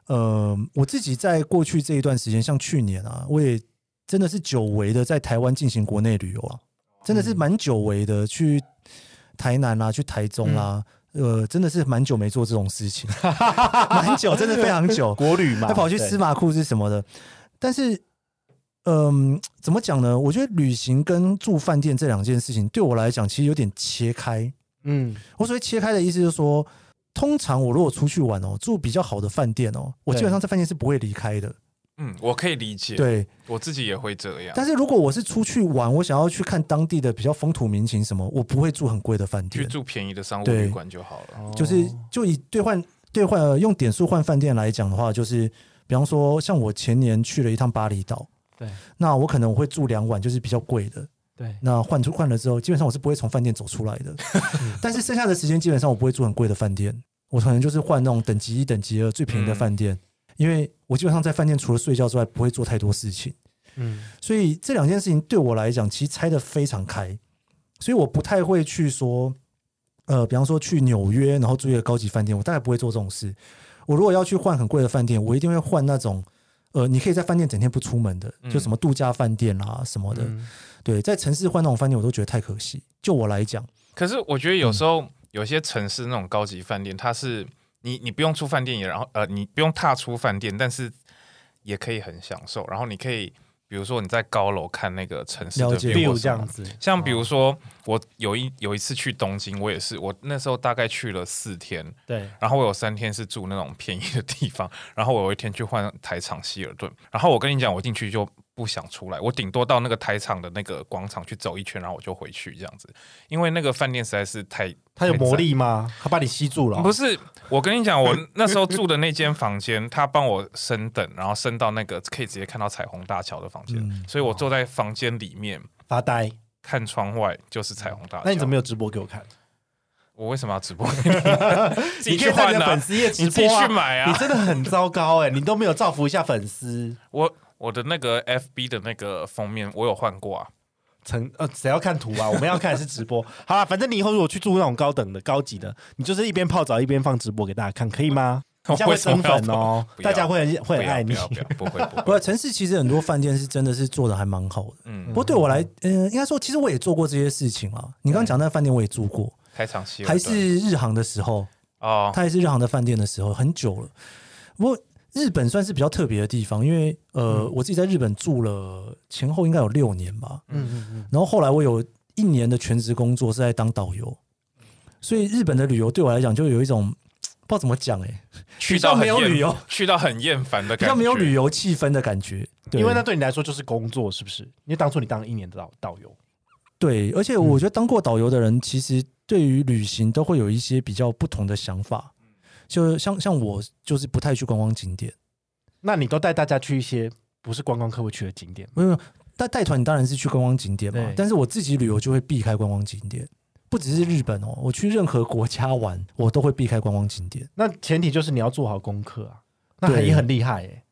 呃，我自己在过去这一段时间，像去年啊，我也真的是久违的在台湾进行国内旅游啊，真的是蛮久违的去台南啦、去台中啦、呃，真的是蛮久没做这种事情，蛮久，真的非常久。
国旅嘛，
还跑去
对
司马库是什么的。但是，嗯、怎么讲呢？我觉得旅行跟住饭店这两件事情，对我来讲其实有点切开。
嗯，
我所谓切开的意思就是说，通常我如果出去玩哦，住比较好的饭店哦，我基本上在饭店是不会离开的。
嗯，我可以理解，
对，
我自己也会这样
但。是如果我是出去玩，我想要去看当地的比较风土民情什么，我不会住很贵的饭
去
店。
住便宜的商务
对
旅馆就好了。
哦
就是就以兑换兑换呃用点数换饭店来讲的话，就是比方说像我前年去了一趟巴厘岛，
对
那我可能我会住两晚，就是比较贵的。
对
那换出换了之后，基本上我是不会从饭店走出来的。但是剩下的时间，基本上我不会住很贵的饭店，我可能就是换那种等级一、等级二最便宜的饭店，因为我基本上在饭店除了睡觉之外，不会做太多事情。
嗯，
所以这两件事情对我来讲，其实拆的非常开，所以我不太会去说，呃，比方说去纽约，然后住一个高级饭店，我大概不会做这种事。我如果要去换很贵的饭店，我一定会换那种，呃，你可以在饭店整天不出门的，就什么度假饭店啦、什么的。
嗯
对，在城市换那种饭店，我都觉得太可惜。就我来讲，
可是我觉得
嗯
有时候、有些城市那种高级饭店，它是你你不用出饭店也，然后呃你不用踏出饭店，但是也可以很享受。然后你可以比如说你在高楼看那个城市的
了解
view
，view
或
这
什么
样子，
像比如说，我有一有一次去东京，我也是，我那时候大概去了四天，
对，
然后我有三天是住那种便宜的地方，然后我有一天去换台场希尔顿，然后我跟你讲，我进去就不不想出来，我顶多到那个台场的那个广场去走一圈，然后我就回去这样子，因为那个饭店实在是太
它有魔
太赞
力哦吗？它把你吸住了？
不是，我跟你讲，我那时候住的那间房间，他帮我升等，然后升到那个可以直接看到彩虹大桥的房间，
嗯
所以
哦
我坐在房间里面
发呆。
看窗外就是彩虹大桥。
那你怎么没有直播给我看？
我为什么要直播？
*laughs*
自己
你可
去
以在
换
你的
啊
粉！丝页直
你自己
播啊！
去买啊
你真的很糟糕哎、你都没有造福一下粉丝。
我我的那个 FB 的那个封面，我有换过啊。
成呃，谁要看图
*laughs*
啊？我们要看的是直播。好啦，反正你以后如果去住那种高等的、高级的，你就是一边泡澡一边放直播给大家看，可以
*laughs*
吗？你这样会
为什
增
么要
粉哦，
不要
*laughs* 大家会很会
不
很
要
爱
不
你。
要
*laughs*
不要，不会不
不
会。
过城市其实很多饭店是真的是做的还蛮好的。不
嗯，
过对我来，嗯、应该说，其实我也做过这些事情啊。你刚刚讲那饭店我也住过，
开场戏
还是日航的时候，
哦，
它也是日航的饭店的时候，很久了。不过日本算是比较特别的地方，因为呃，我自己在日本住了前后应该有六年吧。
嗯嗯嗯，
然后后来我有一年的全职工作是在当导游，所以日本的旅游对我来讲就有一种不知道怎么讲哎、
去到
比
很
较没有
厌
旅游，
去到很厌烦的
比
感
较
觉，
没有旅游气氛的感觉。对
因为那对你来说就是工作，是不是？因为当初你当了一年的导导游，
对，而且
嗯
我觉得当过导游的人，其实对于旅行都会有一些比较不同的想法。
嗯
就像像我就是不太去观光景点，
那你都带大家去一些不是观光客会去的景点。
没有没有带带团，你当然是去观光景点嘛
对。
但是我自己旅游就会避开观光景点，不只是日本哦，我去任何国家玩，我都会避开观光景点。
那前提就是你要做好功课啊，那还
对
也很厉害哎、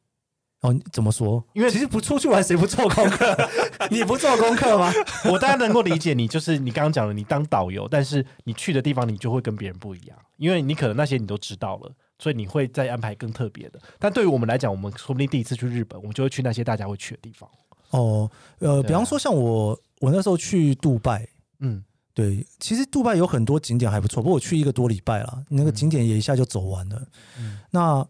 哦，你怎么说？
因为
其实不出去玩，谁不做功课？你不做功课吗？
*laughs* 我当然能够理解你，就是你刚刚讲的，你当导游，但是你去的地方你就会跟别人不一样，因为你可能那些你都知道了，所以你会再安排更特别的。但对于我们来讲，我们说不定第一次去日本，我们就会去那些大家会去的地方。
哦，呃，比
对啊
方说像我，我那时候去杜拜，
嗯，
对，其实杜拜有很多景点还不错，不过我去一个多礼拜啦，那个景点也一下就走完了。
嗯
那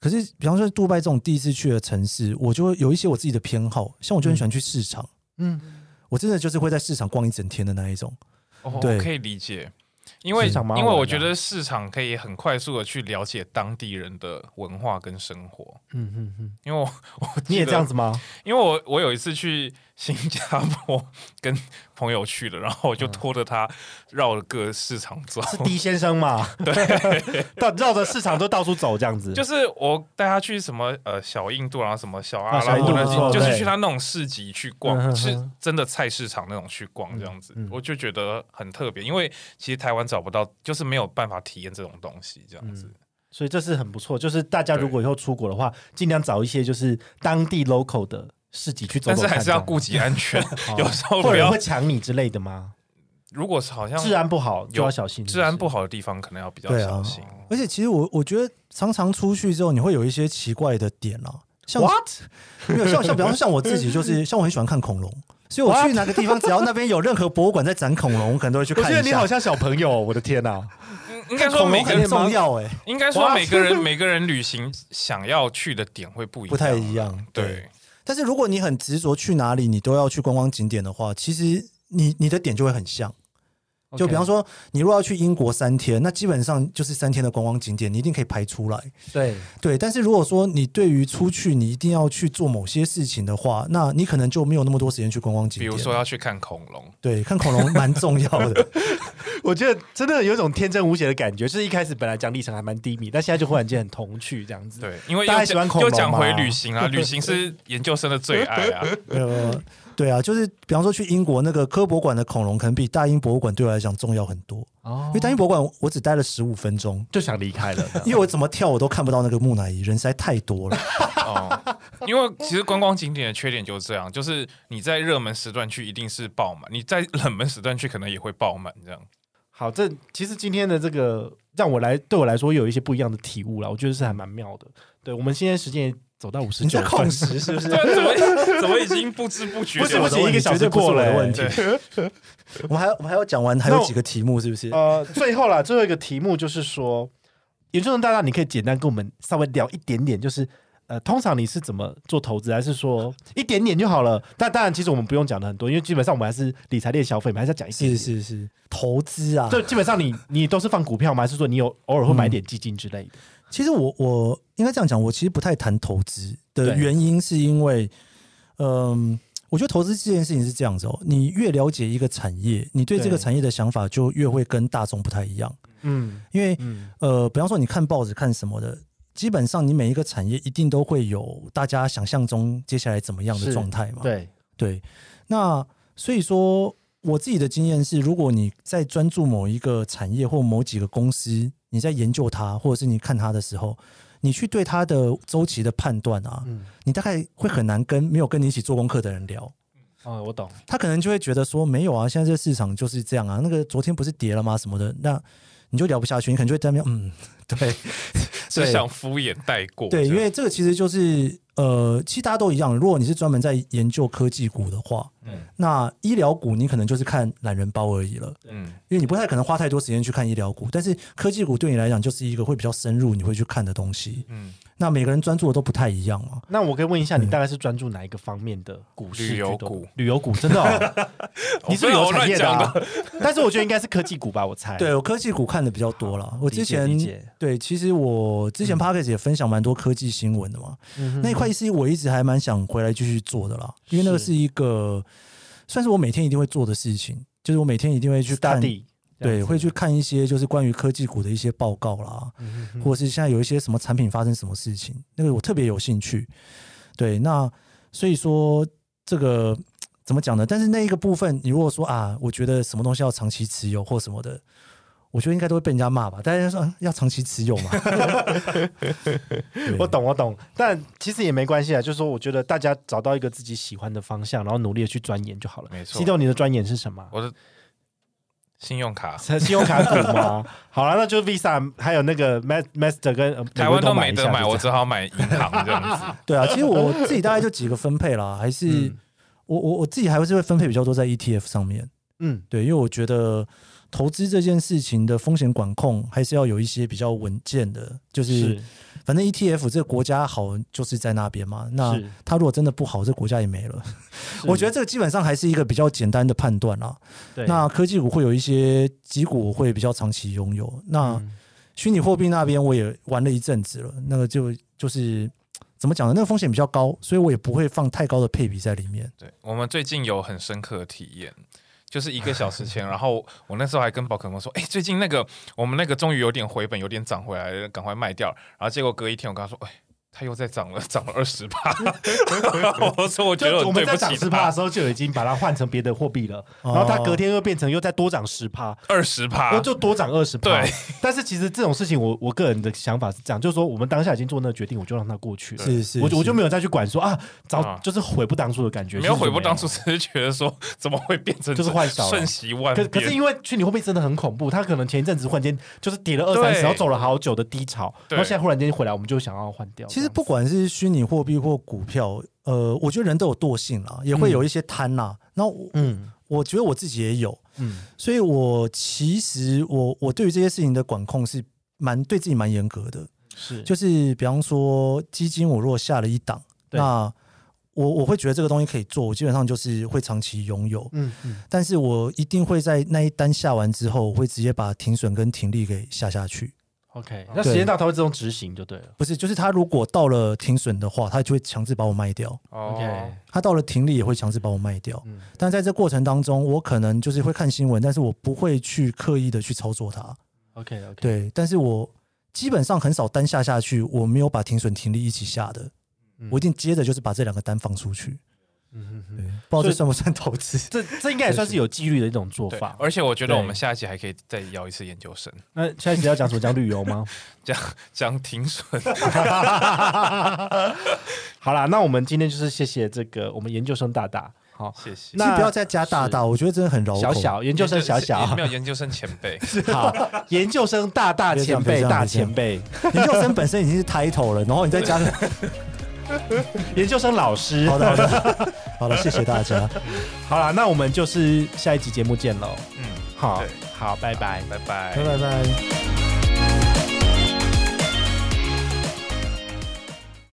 可是，比方说杜拜这种第一次去的城市，我就会有一些我自己的偏好，像我就很喜欢去市场，
嗯，
我真的就是会在市场逛一整天的那一种。
哦，
对
我可以理解，因为
市场蛮好
因为我
玩的
觉
啊
得市场可以很快速的去了解当地人的文化跟生活。
嗯嗯嗯，
因为我我记
你也
得
这样，
*laughs*
子吗？
因为我我有一次去新加坡跟朋友去了，然后我就
嗯
拖着他绕了各市场走，
是 D 先生嘛？对， *laughs* 到绕着市场都到处走这样
*laughs*
子，
就是是我带他去什么呃小印度，然后什么小阿
啊小
拉
印
伯
度
那
不错
些，就是
对
去他那种市集去
嗯哼
逛，是
哼
真的菜市场那种去逛这样子
嗯嗯，
我就觉得很特别，因为其实台湾找不到，就是没有办法体验这种东西这样子。
嗯所以这是很不错。就是大家如果以后出国的话，尽量找一些就是当地 local 的市集去走
但
走
是
看这
还是要
样。
顾及安
*laughs*
全 *laughs*
哦，
有时候
或
不
者人
要
会。抢你之类的吗？
如果是好像
治安不好就
有
要小心，
治安
是哦
不
是
好的地方，可能要比较
对啊
小心。
而且，其实我我觉得常常出去之后，你会有一些奇怪的点啦，像
What？
没有像像比方说像我自己
*laughs*
就是像我很喜欢看恐龙，所以我去哪个地方，只要那边有任何博物馆在展恐龙，我可能都会去
我
看
觉
一下。
得你好像小朋友哦，我的天 *laughs* 呐、
嗯应该说
恐
每
龙
个
很
人，
重要哎、
应该说
哇
每个
*laughs*
人每个人旅行想要去的点会不一样，
不太一样对
对，
但是如果你很执着去哪里，你都要去观光景点的话，其实你你的点就会很像。就比方，说，你如果要去英国三天，那基本上就是三天的观光景点，你一定可以排出来。
对，
对，但是如果说你对于出去你一定要去做某些事情的话，那你可能就没有那么多时间去观光景
比
点。
如说，要去看恐龙，
对，看恐龙蛮重要的。 *laughs*
我觉得真的有一种天真无邪的感觉，就是一开始本来讲历程还蛮低迷，但现在就忽然间很童趣这样子。，
对，因为
大家
又
喜欢恐
又
龙
讲
嘛
回旅行
*laughs*
啊，旅行是研究生的最爱啊，
呃，对啊，就是比方说去英国那个科博馆的恐龙，可能比大英博物馆对我来讲重要很多。
哦
因为大英博物馆我只待了十五分钟，
就想离开 *laughs* 了。
因为我怎么跳我都看不到那个木乃伊，人实在太多 *laughs* 了。
哦，因为其实观光景点的缺点就是这样，就是你在热门时段去一定是爆满，你在冷门时段去可能也会爆满，
*laughs*
这样
好，这其实今天的这个让我来对我来说有一些不一样的体悟啦，我觉得是还蛮妙的。对我们现在时间也走到五十
你
九
在控
分，
时是不是？
对，怎么怎么已经不知不觉
不
就是
不
我
是
的
一
问题
个小
绝
时
对不是
过
我
了、
的
欸
问题
对，
*laughs* 我们还要我们哦还要讲完，还有几个题目是不是？
呃，最后啦，最后一个题目就是说，研究生大大，你可以简单跟我们稍微聊一点点，就是呃，通常你是怎么做投资，还是说一点点就好了？但当然，其实我们不用讲的很多，因为基本上我们还是理财类消费，我们还是要讲一点
是
点。
是是，投资啊，
就基本上你你都是放股票吗？还是说你有偶尔会买点基金之类的？
其实我我应该这样讲，我其实不太谈投资的
对
原因是因为，嗯，我觉得投资这件事情是这样子哦，你越了解一个产业，你对这个
对
产业的想法就越会跟大众不太一样。
嗯
因为
嗯，
呃，比方说你看报纸看什么的，基本上你每一个产业一定都会有大家想象中接下来怎么样的
是
状态嘛。
嗯对，
对，那所以说我自己的经验是，如果你在专注某一个产业或某几个公司，你在研究它，或者是你看它的时候，你去对它的周期的判断啊，
嗯
你大概会很难跟没有跟你一起做功课的人聊。
哦，我懂，
他可能就会觉得说没有啊，现在这市场就是这样啊，那个昨天不是跌了吗？什么的，那你就聊不下去，你可能就会在那边嗯，对，
只想敷衍带过。
对，
这
因
样
为这个其实就是呃，其实大家都一样，如果你是专门在研究科技股的话，
嗯
那医疗股你可能就是看懒人包而已了。
嗯
因为你不太可能花太多时间去看医疗股，但是科技股对你来讲就是一个会比较深入，你会去看的东西。
嗯，
那每个人专注的都不太一样嘛。
那我可以问一下，你大概是专注哪一个方面的股市
旅
居多？
游股
旅游股真
*laughs*
的、哦？你是旅游产业的,、
我
啊但是我觉得应该是科技股吧，我猜。
对，我科技股看的比较多了。我之前
哎理解理解
对，其实我之前 p o c k e t 也分享蛮多科技新闻的嘛。
嗯哼
那一块是我一直还蛮想回来继续做的啦，因为那个是一个算是我每天一定会做的事情，就是我每天一定会去看，
study，这样
对，
子
会去看一些就是关于科技股的一些报告啦，
嗯哼
或者是现在有一些什么产品发生什么事情，那个我特别有兴趣。对，那所以说这个怎么讲呢？但是那一个部分，你如果说啊，我觉得什么东西要长期持有或什么的，我觉得应该都会被人家骂吧。大家就说、啊要长期持有嘛，对
*laughs* 我。懂，我懂，但其实也没关系啊。就是说，我觉得大家找到一个自己喜欢的方向，然后努力的去钻研就好了。
没错
西豆，你的钻研是什么？
我的信用卡，
是信用卡股吗？ *laughs* 好了，那就是 Visa，还有那个 Ma- Master 跟呃
台湾都没
美国
得买，
一下
我只好买银行这样子。
对啊，其实我自己大概就几个分配啦，还是、
嗯
我我我自己还是会分配比较多在 ETF 上面。
嗯，
对，因为我觉得投资这件事情的风险管控还是要有一些比较稳健的，就是
是
反正 ETF 这个国家好就是在那边嘛，那
是
它如果真的不好，这国家也没了。我觉得这个基本上还是一个比较简单的判断啦。
对
那科技股会有一些几股我会比较长期拥有，那
嗯
虚拟货币那边我也玩了一阵子了，那个就就是怎么讲呢？那个风险比较高，所以我也不会放太高的配比在里面。
对我们最近有很深刻的体验，就是一个小时前，然后我那时候还跟宝可梦说，哎、最近那个我们那个终于有点回本，有点涨回来了，赶快卖掉。然后结果隔一天，我跟他说，哎、它又再涨了，涨了二十八。
*laughs*
然后我说，我觉
就
得
我
对
们
不
在
起
涨十趴的时候就已经把它换成别的货币了，然
哦
后它隔天又变成又再多涨十趴，
二十
然后
趴，
就多涨二十趴。
啊对，
但是其实这种事情我，我个人的想法是这样，就是说我们当下已经做那个决定，我就让它过去了。
是是
我就我
是
就没有再去管说啊，早
啊
就是悔不当初的感觉，
没有
其实
悔不当初，
没
只是觉得说怎么会变成
就是换少了
瞬息万
有。
变。
可可是因为虚拟货币真的很恐怖，它可能前一阵子忽然间就是跌了二
对
三十，然后走了好久的低潮，
对
然后现在忽然间回来，我们就想要换掉。
其实
这样
不管是虚拟货币或股票，呃，我觉得人都有惰性啦，也会有一些贪啦。那我
嗯
我觉得我自己也有，
嗯
所以我其实我我对于这些事情的管控是蛮对自己蛮严格的。
是
就是比方说基金，我如果下了一档，
对
那我我会觉得这个东西可以做，我基本上就是会长期拥有。
嗯嗯
但是我一定会在那一单下完之后，我会直接把停损跟停利给下下去。
，OK，那时间到它会自动执行就对了。
不是，就是他如果到了停损的话，他就会强制把我卖掉；
哦
OK，
他到了停利也会强制把我卖掉。
嗯
但在这过程当中，我可能就是会看新闻，但是我不会去刻意的去操作它。
，OK OK，
对，但是我基本上很少单下下去，我没有把停损停利一起下的，
嗯
我一定接着就是把这两个单放出去。
嗯嗯
对，
嗯，
不知道这算不算投资？
这这应该也算是有纪律的一种做
对
法，。
而且我觉得
对
我们下一期还可以再邀一次研究生，
那下一集要讲什么？讲旅游吗？
讲停损。
*laughs* 好啦，那我们今天就是谢谢这个我们研究生大大，好
谢谢。
*laughs* 其
那
实不要再加大大，我觉得真的很绕口。
小
*laughs*
小研究生小啊小
没有研究生前辈，
好，研究生大大
别这
前
样别
辈
这样
大
别这样
前辈，
研究生本身已经是 title 了，然后你
*laughs*
再加个，
研究生老师。
好的好的好了，谢谢大家。
好啦，那我们就是下一集节目见喽。
嗯，
好
对，
好，拜拜。
拜拜
拜。拜拜。
拜拜